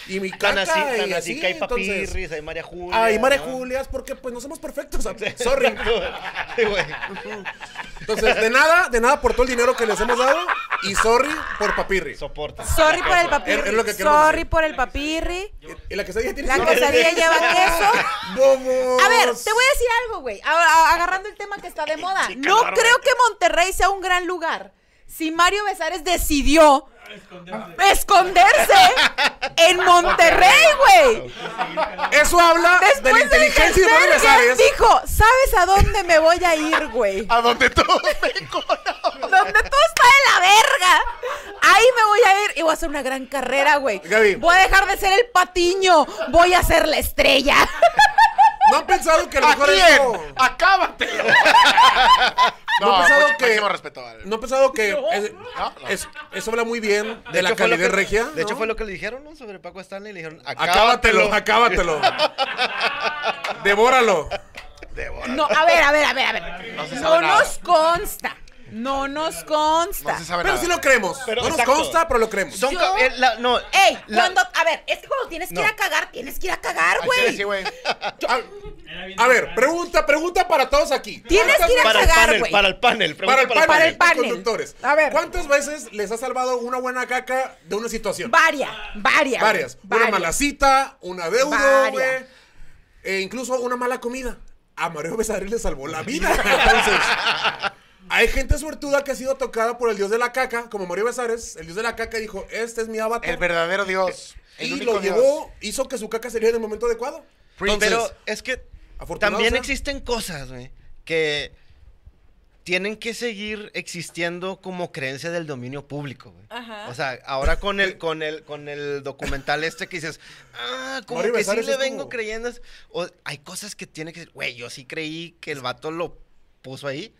Y mi Tan caca así, tan así y así, que hay entonces. papirris, hay María Julia. Ay, María ¿no? [laughs] Julias, porque pues no somos [laughs] perfectos. Sorry. Sí, güey. Entonces, de nada, de nada por todo el dinero que les hemos dado y sorry por papirri. Soporta. Sorry por el papirri. Es- es lo que queremos Sorry decir. por el papirri. Y la quesadilla tiene La sorry. quesadilla lleva queso. ¡Vamos! A ver, te voy a decir algo, güey. A- a- Agarrando el tema que está de moda. No creo que Monterrey sea un gran lugar. Si Mario Besares decidió esconderse en [laughs] Monterrey, güey. Eso habla de la Después del inteligencia de Mario tercer Besares. game dijo, ¿sabes a dónde me voy a ir, [laughs] güey? A donde todo me Donde todo está de la verga. Ahí me voy a ir y voy a hacer una gran carrera, güey. Gaby. Voy a dejar de ser el patiño. Voy a ser la estrella. [laughs] No han pensado que a lo ¿A mejor quién? eso. ¡Acábate! [laughs] No he pensado mucho- que- máximo respeto al- No han pensado que. es- es- eso habla muy bien de, la hecho, fue lo calidez que- regia. De hecho, ¿no? fue lo que le dijeron, ¿no? Sobre Paco Stanley. Le dijeron, Acábatelo, acábatelo. [laughs] acábatelo. Devóralo. No, a ver, a ver, a ver, a ver. No, se sabe nada. nos consta. No nos consta. No se sabe Pero nada. sí lo creemos. Pero, no nos exacto. consta, pero lo creemos. Son Yo- ca- eh, la- no, Ey, la- cuando. A ver, es que cuando tienes No. que ir a cagar, tienes que ir a cagar, Al chile güey. sí, güey. A, a ver, pregunta, pregunta para todos aquí. Tienes que ir a Para el cagar, panel, güey. para el panel. Para el pregunta panel, Para el panel. los conductores. A ver. ¿Cuántas veces les ha salvado una buena caca de una situación? Varias, varias. Varias. Una mala cita, una deuda, Varias. güey. E incluso una mala comida. A Mario Besares le salvó la vida. Entonces, hay gente suertuda que ha sido tocada por el dios de la caca, como Mario Besares. El dios de la caca dijo, este es mi avatar. El verdadero Dios. El y único lo Dios. llevó, hizo que su caca saliera en el momento adecuado. Pero es que afortunado también sea. existen cosas, güey, que tienen que seguir existiendo como creencia del dominio público, güey. Ajá. O sea, ahora con el con el con el documental este que dices, ah, como Mario que sí Besares le es vengo como- creyendo, es- o hay cosas que tiene que, güey, yo sí creí que el vato lo puso ahí.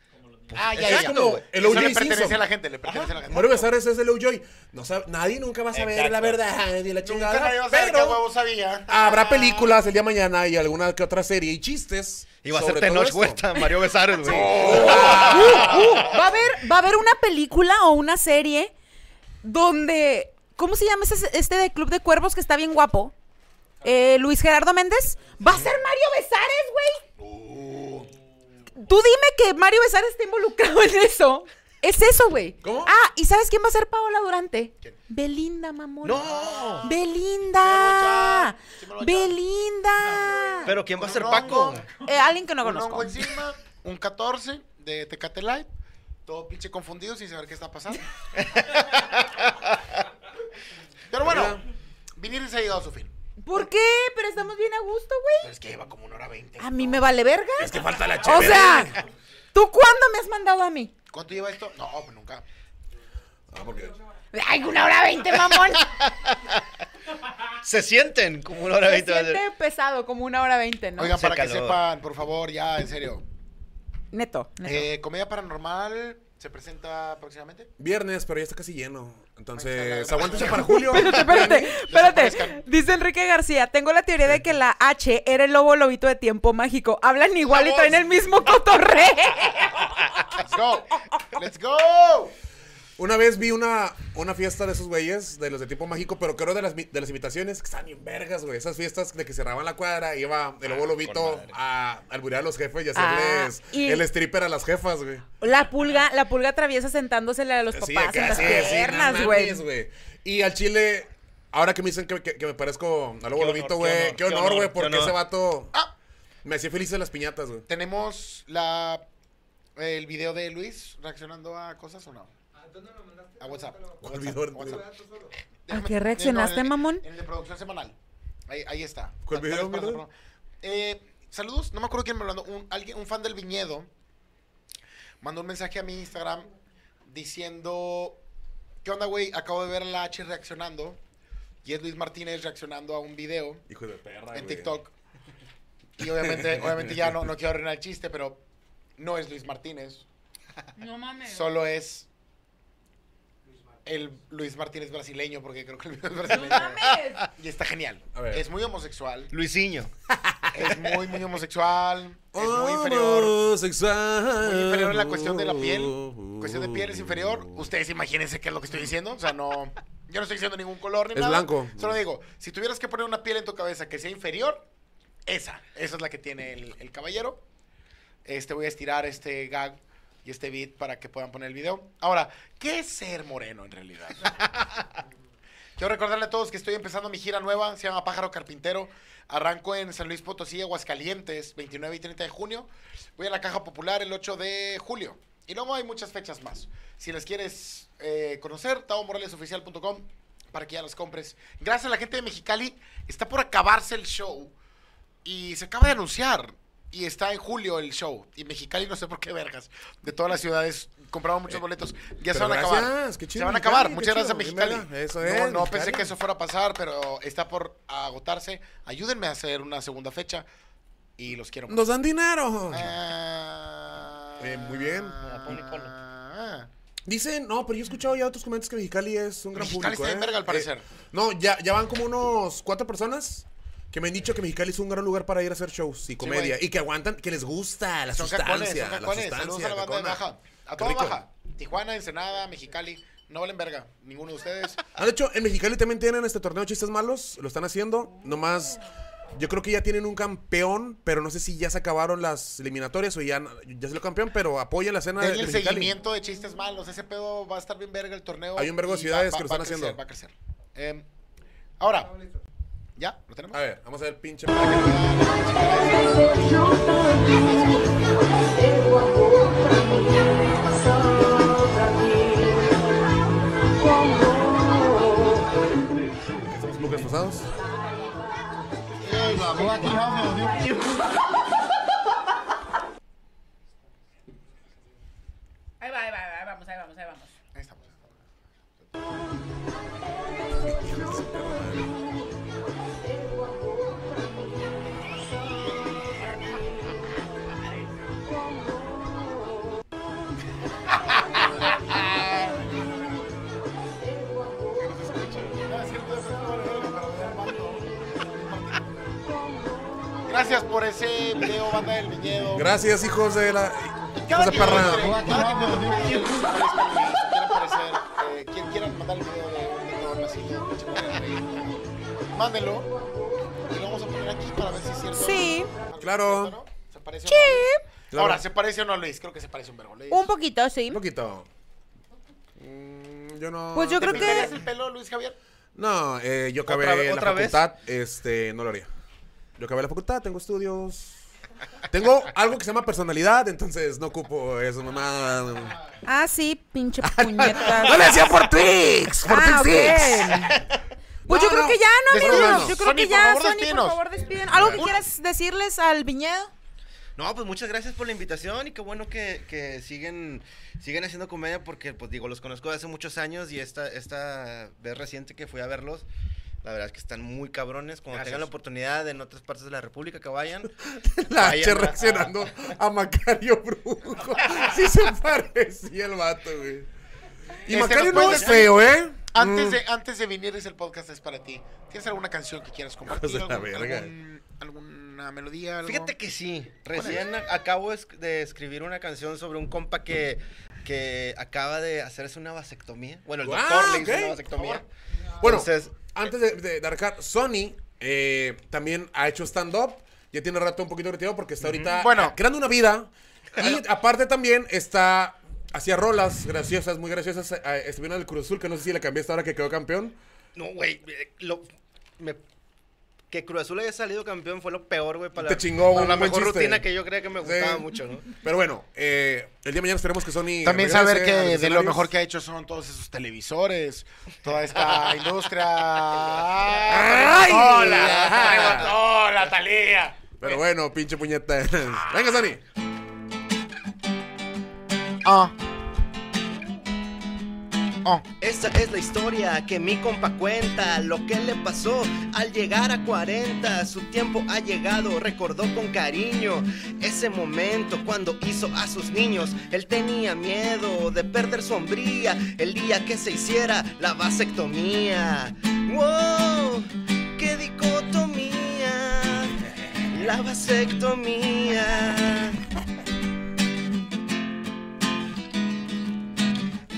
Pues, Ah, ya, Es ya. como güey. el Eso O.J. le pertenece Simpson. a la gente, le pertenece a la gente. Mario Besares es el Joy. No sabe, nadie nunca va a saber la verdad ni la chingada. Nunca nadie va a saber pero qué huevo sabía. ¿eh? Habrá películas el día de mañana y alguna que otra serie y chistes. iba a sobre ser todo Tenoch esto. Huerta, Mario Besares, [laughs] güey. Uh, Va a haber, va a haber una película o una serie donde. ¿Cómo se llama ese, este de Club de Cuervos que está bien guapo? Eh, Luis Gerardo Méndez. Va a ser Mario Besares, güey. Tú dime que Mario Besares está involucrado en eso. Es eso, güey. ¿Cómo? Ah, ¿y sabes quién va a ser Paola Durante? Belinda, mamón. No. Belinda. Sí me lo echa. Belinda. Pero quién va a ser No, Paco? no. Eh, alguien que no un hongo conozco. encima, un 14 de Tecate Light. Todo pinche confundido sin saber qué está [laughs] pasando. Pero bueno, vinir se ha llegado a su fin. ¿Por qué? Pero estamos bien a gusto, güey. Pero es que lleva como una hora veinte. A mí me vale verga. Es que falta la O chévere. sea, ¿tú cuándo me has mandado a mí? ¿Cuánto lleva esto? No, pues nunca. Ah, porque- Ay, una hora veinte, mamón. Se sienten como una hora Se veinte. va a ser. siente pesado como una hora veinte, ¿no? Oigan, para que calor. sepan, por favor, ya, en serio. Neto, neto. Eh, Comedia Paranormal se presenta [laughs] próximamente. Viernes, pero ya está casi lleno. Entonces, Ay, aguántense para julio. Espérate, espérate, espérate. aparezcan. Dice Enrique García, tengo la teoría de que la H era el lobo lobito de tiempo mágico. Hablan igual y traen el mismo cotorreo. ¡Let's [laughs] go! ¡Let's go! Una vez vi una, una fiesta de esos güeyes, de los de tipo mágico, pero creo de las, mi- de las imitaciones que están bien vergas, güey. Esas fiestas de que cerraban la cuadra, iba el lobo lobito a alburear a los jefes y hacerles Ah, y- el stripper a las jefas, güey. La pulga, la pulga atraviesa sentándosele a los Sí, papás en acá, las sí, sí, piernas, no güey. mames, Y al chile, ahora que me dicen que, que- que me parezco a Lobo Qué Lobito, honor, güey. Qué honor, güey, porque qué honor. ese vato Ah. me hacía feliz en las piñatas, güey. Tenemos la el video de Luis reaccionando a cosas o no. ¿A Ah, dónde lo mandaste? A WhatsApp. ¿Cuál video? WhatsApp, WhatsApp. Déjame- qué reaccionaste, en el- mamón? En el de producción semanal. Ahí, ahí está. ¿Cuál Tal- tal video, vez para- mierda? Eh, saludos, no me acuerdo quién me lo mandó. Un, alguien, un fan del viñedo mandó un mensaje a mi Instagram diciendo: ¿Qué onda, güey? Acabo de ver a la H reaccionando. Y es Luis Martínez reaccionando a un video Hijo de perra, en güey. TikTok. [laughs] Y obviamente, obviamente ya no, no quiero arruinar el chiste, pero no es Luis Martínez. No mames. Solo es el Luis Martínez brasileño, porque creo que el video es ¡No brasileño. mames! Y está genial. A ver. Es muy homosexual. [laughs] Luisinho. Es muy, muy homosexual. Es muy inferior. Homosexual. Muy inferior en la cuestión de la piel. Cuestión de piel es inferior. Ustedes imagínense qué es lo que estoy diciendo. O sea, no. Yo no estoy diciendo ningún color ni Es nada. blanco. Solo digo, si tuvieras que poner una piel en tu cabeza que sea inferior, esa. Esa es la que tiene el, el caballero. Este voy a estirar este gag y este beat para que puedan poner el video. Ahora, ¿qué es ser moreno en realidad? Quiero recordarle a todos que estoy empezando mi gira nueva, se llama Pájaro Carpintero. Arranco en San Luis Potosí, Aguascalientes, 29 y 30 de junio. Voy a la Caja Popular el 8 de julio. Y luego hay muchas fechas más. Si las quieres eh, conocer, taomoralesoficial.com para que ya las compres. Gracias a la gente de Mexicali, está por acabarse el show. Y se acaba de anunciar. Y está en julio el show. Y Mexicali, no sé por qué vergas. De todas las ciudades compraron muchos boletos. Ya se Eh, pero van a gracias, acabar. qué chido, se van a Mexicali, acabar. qué Muchas gracias chido, a Mexicali. mira, eso No, es, no pensé Mexicali. que eso fuera a pasar, pero está por agotarse. Ayúdenme a hacer una segunda fecha. Y los quiero mucho. Nos dan dinero. Ah. Eh, muy bien. Ya, ponle cola. Ah. Dicen, no, pero yo he escuchado ya otros comentarios que Mexicali es un gran Mexicali público. está bien ¿eh? verga, al Eh, parecer. no, ya, ya van como unos cuatro personas que me han dicho que Mexicali es un gran lugar para ir a hacer shows y comedia. güey. y que aguantan, que les gusta la Son cacones, sustancia. son cacones. La Saludos sustancia, a la banda de cacona. Baja. A Qué toda rico. Baja. Tijuana, Ensenada, Mexicali. No valen verga. Ninguno de ustedes. Ah, de hecho, en Mexicali también tienen este torneo de chistes malos. Lo están haciendo. Nomás, yo creo que ya tienen un campeón, pero no sé si ya se acabaron las eliminatorias o ya, ya se lo campeón, pero apoyen la escena Denle de el Mexicali. seguimiento de chistes malos. Ese pedo va a estar bien verga el torneo. Hay un vergo de y ciudades que lo a están crecer, haciendo. Va a crecer. Eh, ahora. ¿Ya? ¿Lo tenemos? A ver, vamos a ver pinche... Estamos Lucas Pasados. Ahí va, ahí va, ahí vamos, ahí vamos, ahí vamos. Ahí estamos. Gracias por ese video, banda del viñedo. Gracias, hijos de la... Cada hijos de quien perra. entre, cada quien entre. Quieran aparecer, eh, quien- quieran mandar el video de un doctor nacido, pinche madre, güey. Mándenlo. Y lo vamos a poner aquí para ver si es cierto. Sí. Claro. ¿no? ¿Se parece o Sí. no a Luis? Claro. Ahora, ¿se parece o no a Luis? Creo que se parece un verbo. Luis. Un poquito, sí. Un poquito. Mm, yo no... Pues yo ¿Te creo pintarías que. el pelo, Luis Javier? No, eh, yo acabé ¿Otra ve- en la otra vez? facultad, este, no lo haría. Yo acabé la facultad, tengo estudios. Tengo algo que se llama personalidad, entonces no ocupo eso, mamá. Ah, sí, pinche puñetas. ¡No le decía por Twix! ¡Por Ah, Twix Twix! [laughs] ok. Pues No, yo creo no, que ya, ¿no, despídenos. amigos? Yo creo Sony, que por ya, favor, Sony, despinos. por favor, despiden. ¿Algo que quieras decirles al viñedo? No, pues muchas gracias por la invitación y qué bueno que, que siguen, siguen haciendo comedia porque, pues digo, los conozco de hace muchos años y esta, esta vez reciente que fui a verlos, la verdad es que están muy cabrones. Cuando tengan la oportunidad en otras partes de la República que vayan. La vayan H a- reaccionando a Macario Brujo. Sí se parecía el vato, güey. Y Este, Macario ¿nos no puedes es decir- feo, ¿eh? Antes Mm. de, antes de venir es el podcast es para ti. ¿Tienes alguna canción que quieras compartir? Hijos de la ¿Algún- verga. algún- ¿Alguna melodía? algo? Fíjate que sí, recién a- acabo es- de escribir una canción sobre un compa que, que acaba de hacerse una vasectomía. Bueno, el Ah, doctor le hizo ok, una por vasectomía. Bueno, Entonces- antes de, de, de arrancar, Sony eh, también ha hecho stand-up. Ya tiene rato un poquito retirado porque está ahorita Bueno. ah, creando una vida. [laughs] Y aparte también está... Hacía rolas graciosas, muy graciosas. eh, Estuvieron en el Cruz Azul, que no sé si le cambiaste ahora que quedó campeón. No, güey, eh, lo- me- que Cruz Azul haya salido campeón fue lo peor, güey, para, Te chingó para un la buen mejor chiste. rutina que yo creía que me gustaba Sí. mucho, ¿no? Pero bueno, eh, el día de mañana esperemos que Sony... También regrese saber a que los de lo escenarios. mejor que ha hecho son todos esos televisores, toda esta [laughs] industria. ¡Ay! ¡Hola! Ajá. ¡Hola, Talía! Pero bueno, pinche puñeta. [laughs] Venga, [laughs] Sony. Ah. Ah. Oh. Esa es la historia que mi compa cuenta, lo que le pasó al llegar a 40, su tiempo ha llegado, recordó con cariño ese momento cuando hizo a sus niños, él tenía miedo de perder su hombría el día que se hiciera la vasectomía. ¡Wow! ¡Qué dicotomía! La vasectomía.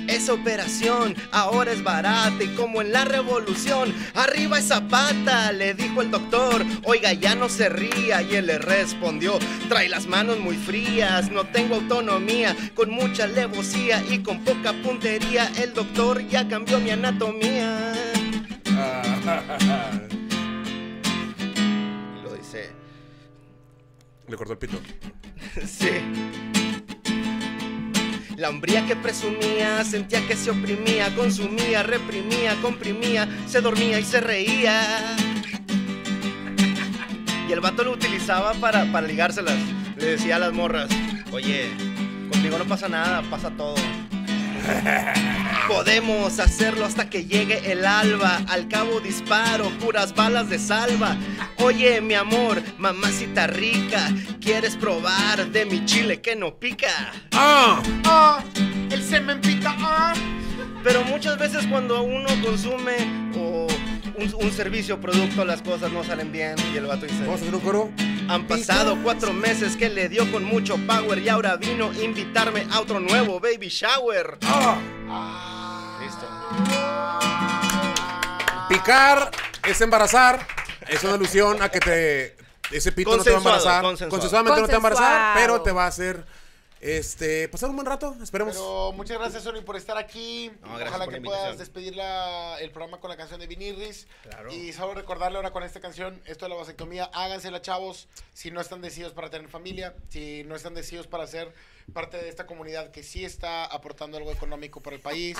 Esa operación ahora es barata y como en la revolución, arriba esa pata, le dijo el doctor. Oiga, ya no se ría y él le respondió, trae las manos muy frías, no tengo autonomía, con mucha alevosía y con poca puntería, el doctor ya cambió mi anatomía. Y lo dice, Le cortó el pito. sí. La hombría que presumía, sentía que se oprimía, consumía, reprimía, comprimía, se dormía y se reía. Y el vato lo utilizaba para, para ligárselas. Le decía a las morras, oye, contigo no pasa nada, pasa todo. Podemos hacerlo hasta que llegue el alba. Al cabo disparo, puras balas de salva. Oye, mi amor, mamacita rica, ¿quieres probar de mi chile que no pica? ¡Ah! Ah, el semen pica. Ah. Pero muchas veces cuando uno consume o un, un servicio o producto, las cosas no salen bien y el vato dice... Vamos a hacer un coro. Han pasado cuatro meses que le dio con mucho power y ahora vino a invitarme a otro nuevo baby shower. Listo. Picar es embarazar. Es una alusión a que te. Ese pito no te va Consensuado, a embarazar. consensuado. Consensuadamente no te va a embarazar, Consensuado. pero te va a hacer. Este. Pasar un buen rato, esperemos. Pero muchas gracias, Sony, por estar aquí. gracias Ojalá por que la puedas invitación. despedir la- el programa con la canción de Vinirris. Claro. Y solo recordarle ahora con esta canción, esto de la vasectomía, hágansela, chavos, si no están decididos para tener familia, si no están decididos para ser parte de esta comunidad que sí está aportando algo económico para el país,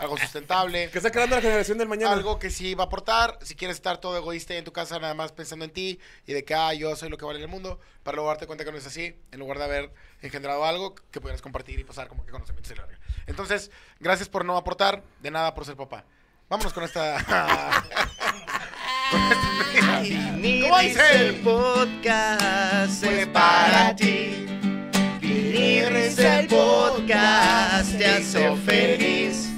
algo sustentable. Que está creando la generación del mañana. Algo que sí va a aportar. Si quieres estar todo egoísta y en tu casa nada más pensando en ti y de que ah, yo soy lo que vale en el mundo, para luego darte cuenta que no es así, en lugar de haber engendrado algo que pudieras compartir y pasar como que conocimientos y la verga. Entonces, gracias por no aportar, de nada por ser papá. Vámonos con esta. [laughs] con esta medida. ¿Cómo Viniris dice? el podcast Fue es para para ti. ti. Viniris el podcast te hace feliz.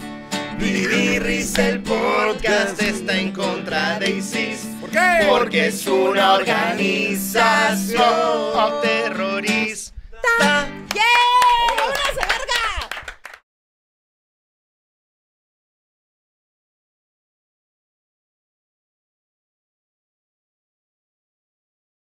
Viniris el podcast está en contra de ISIS. ¿Por qué? Porque es una organización.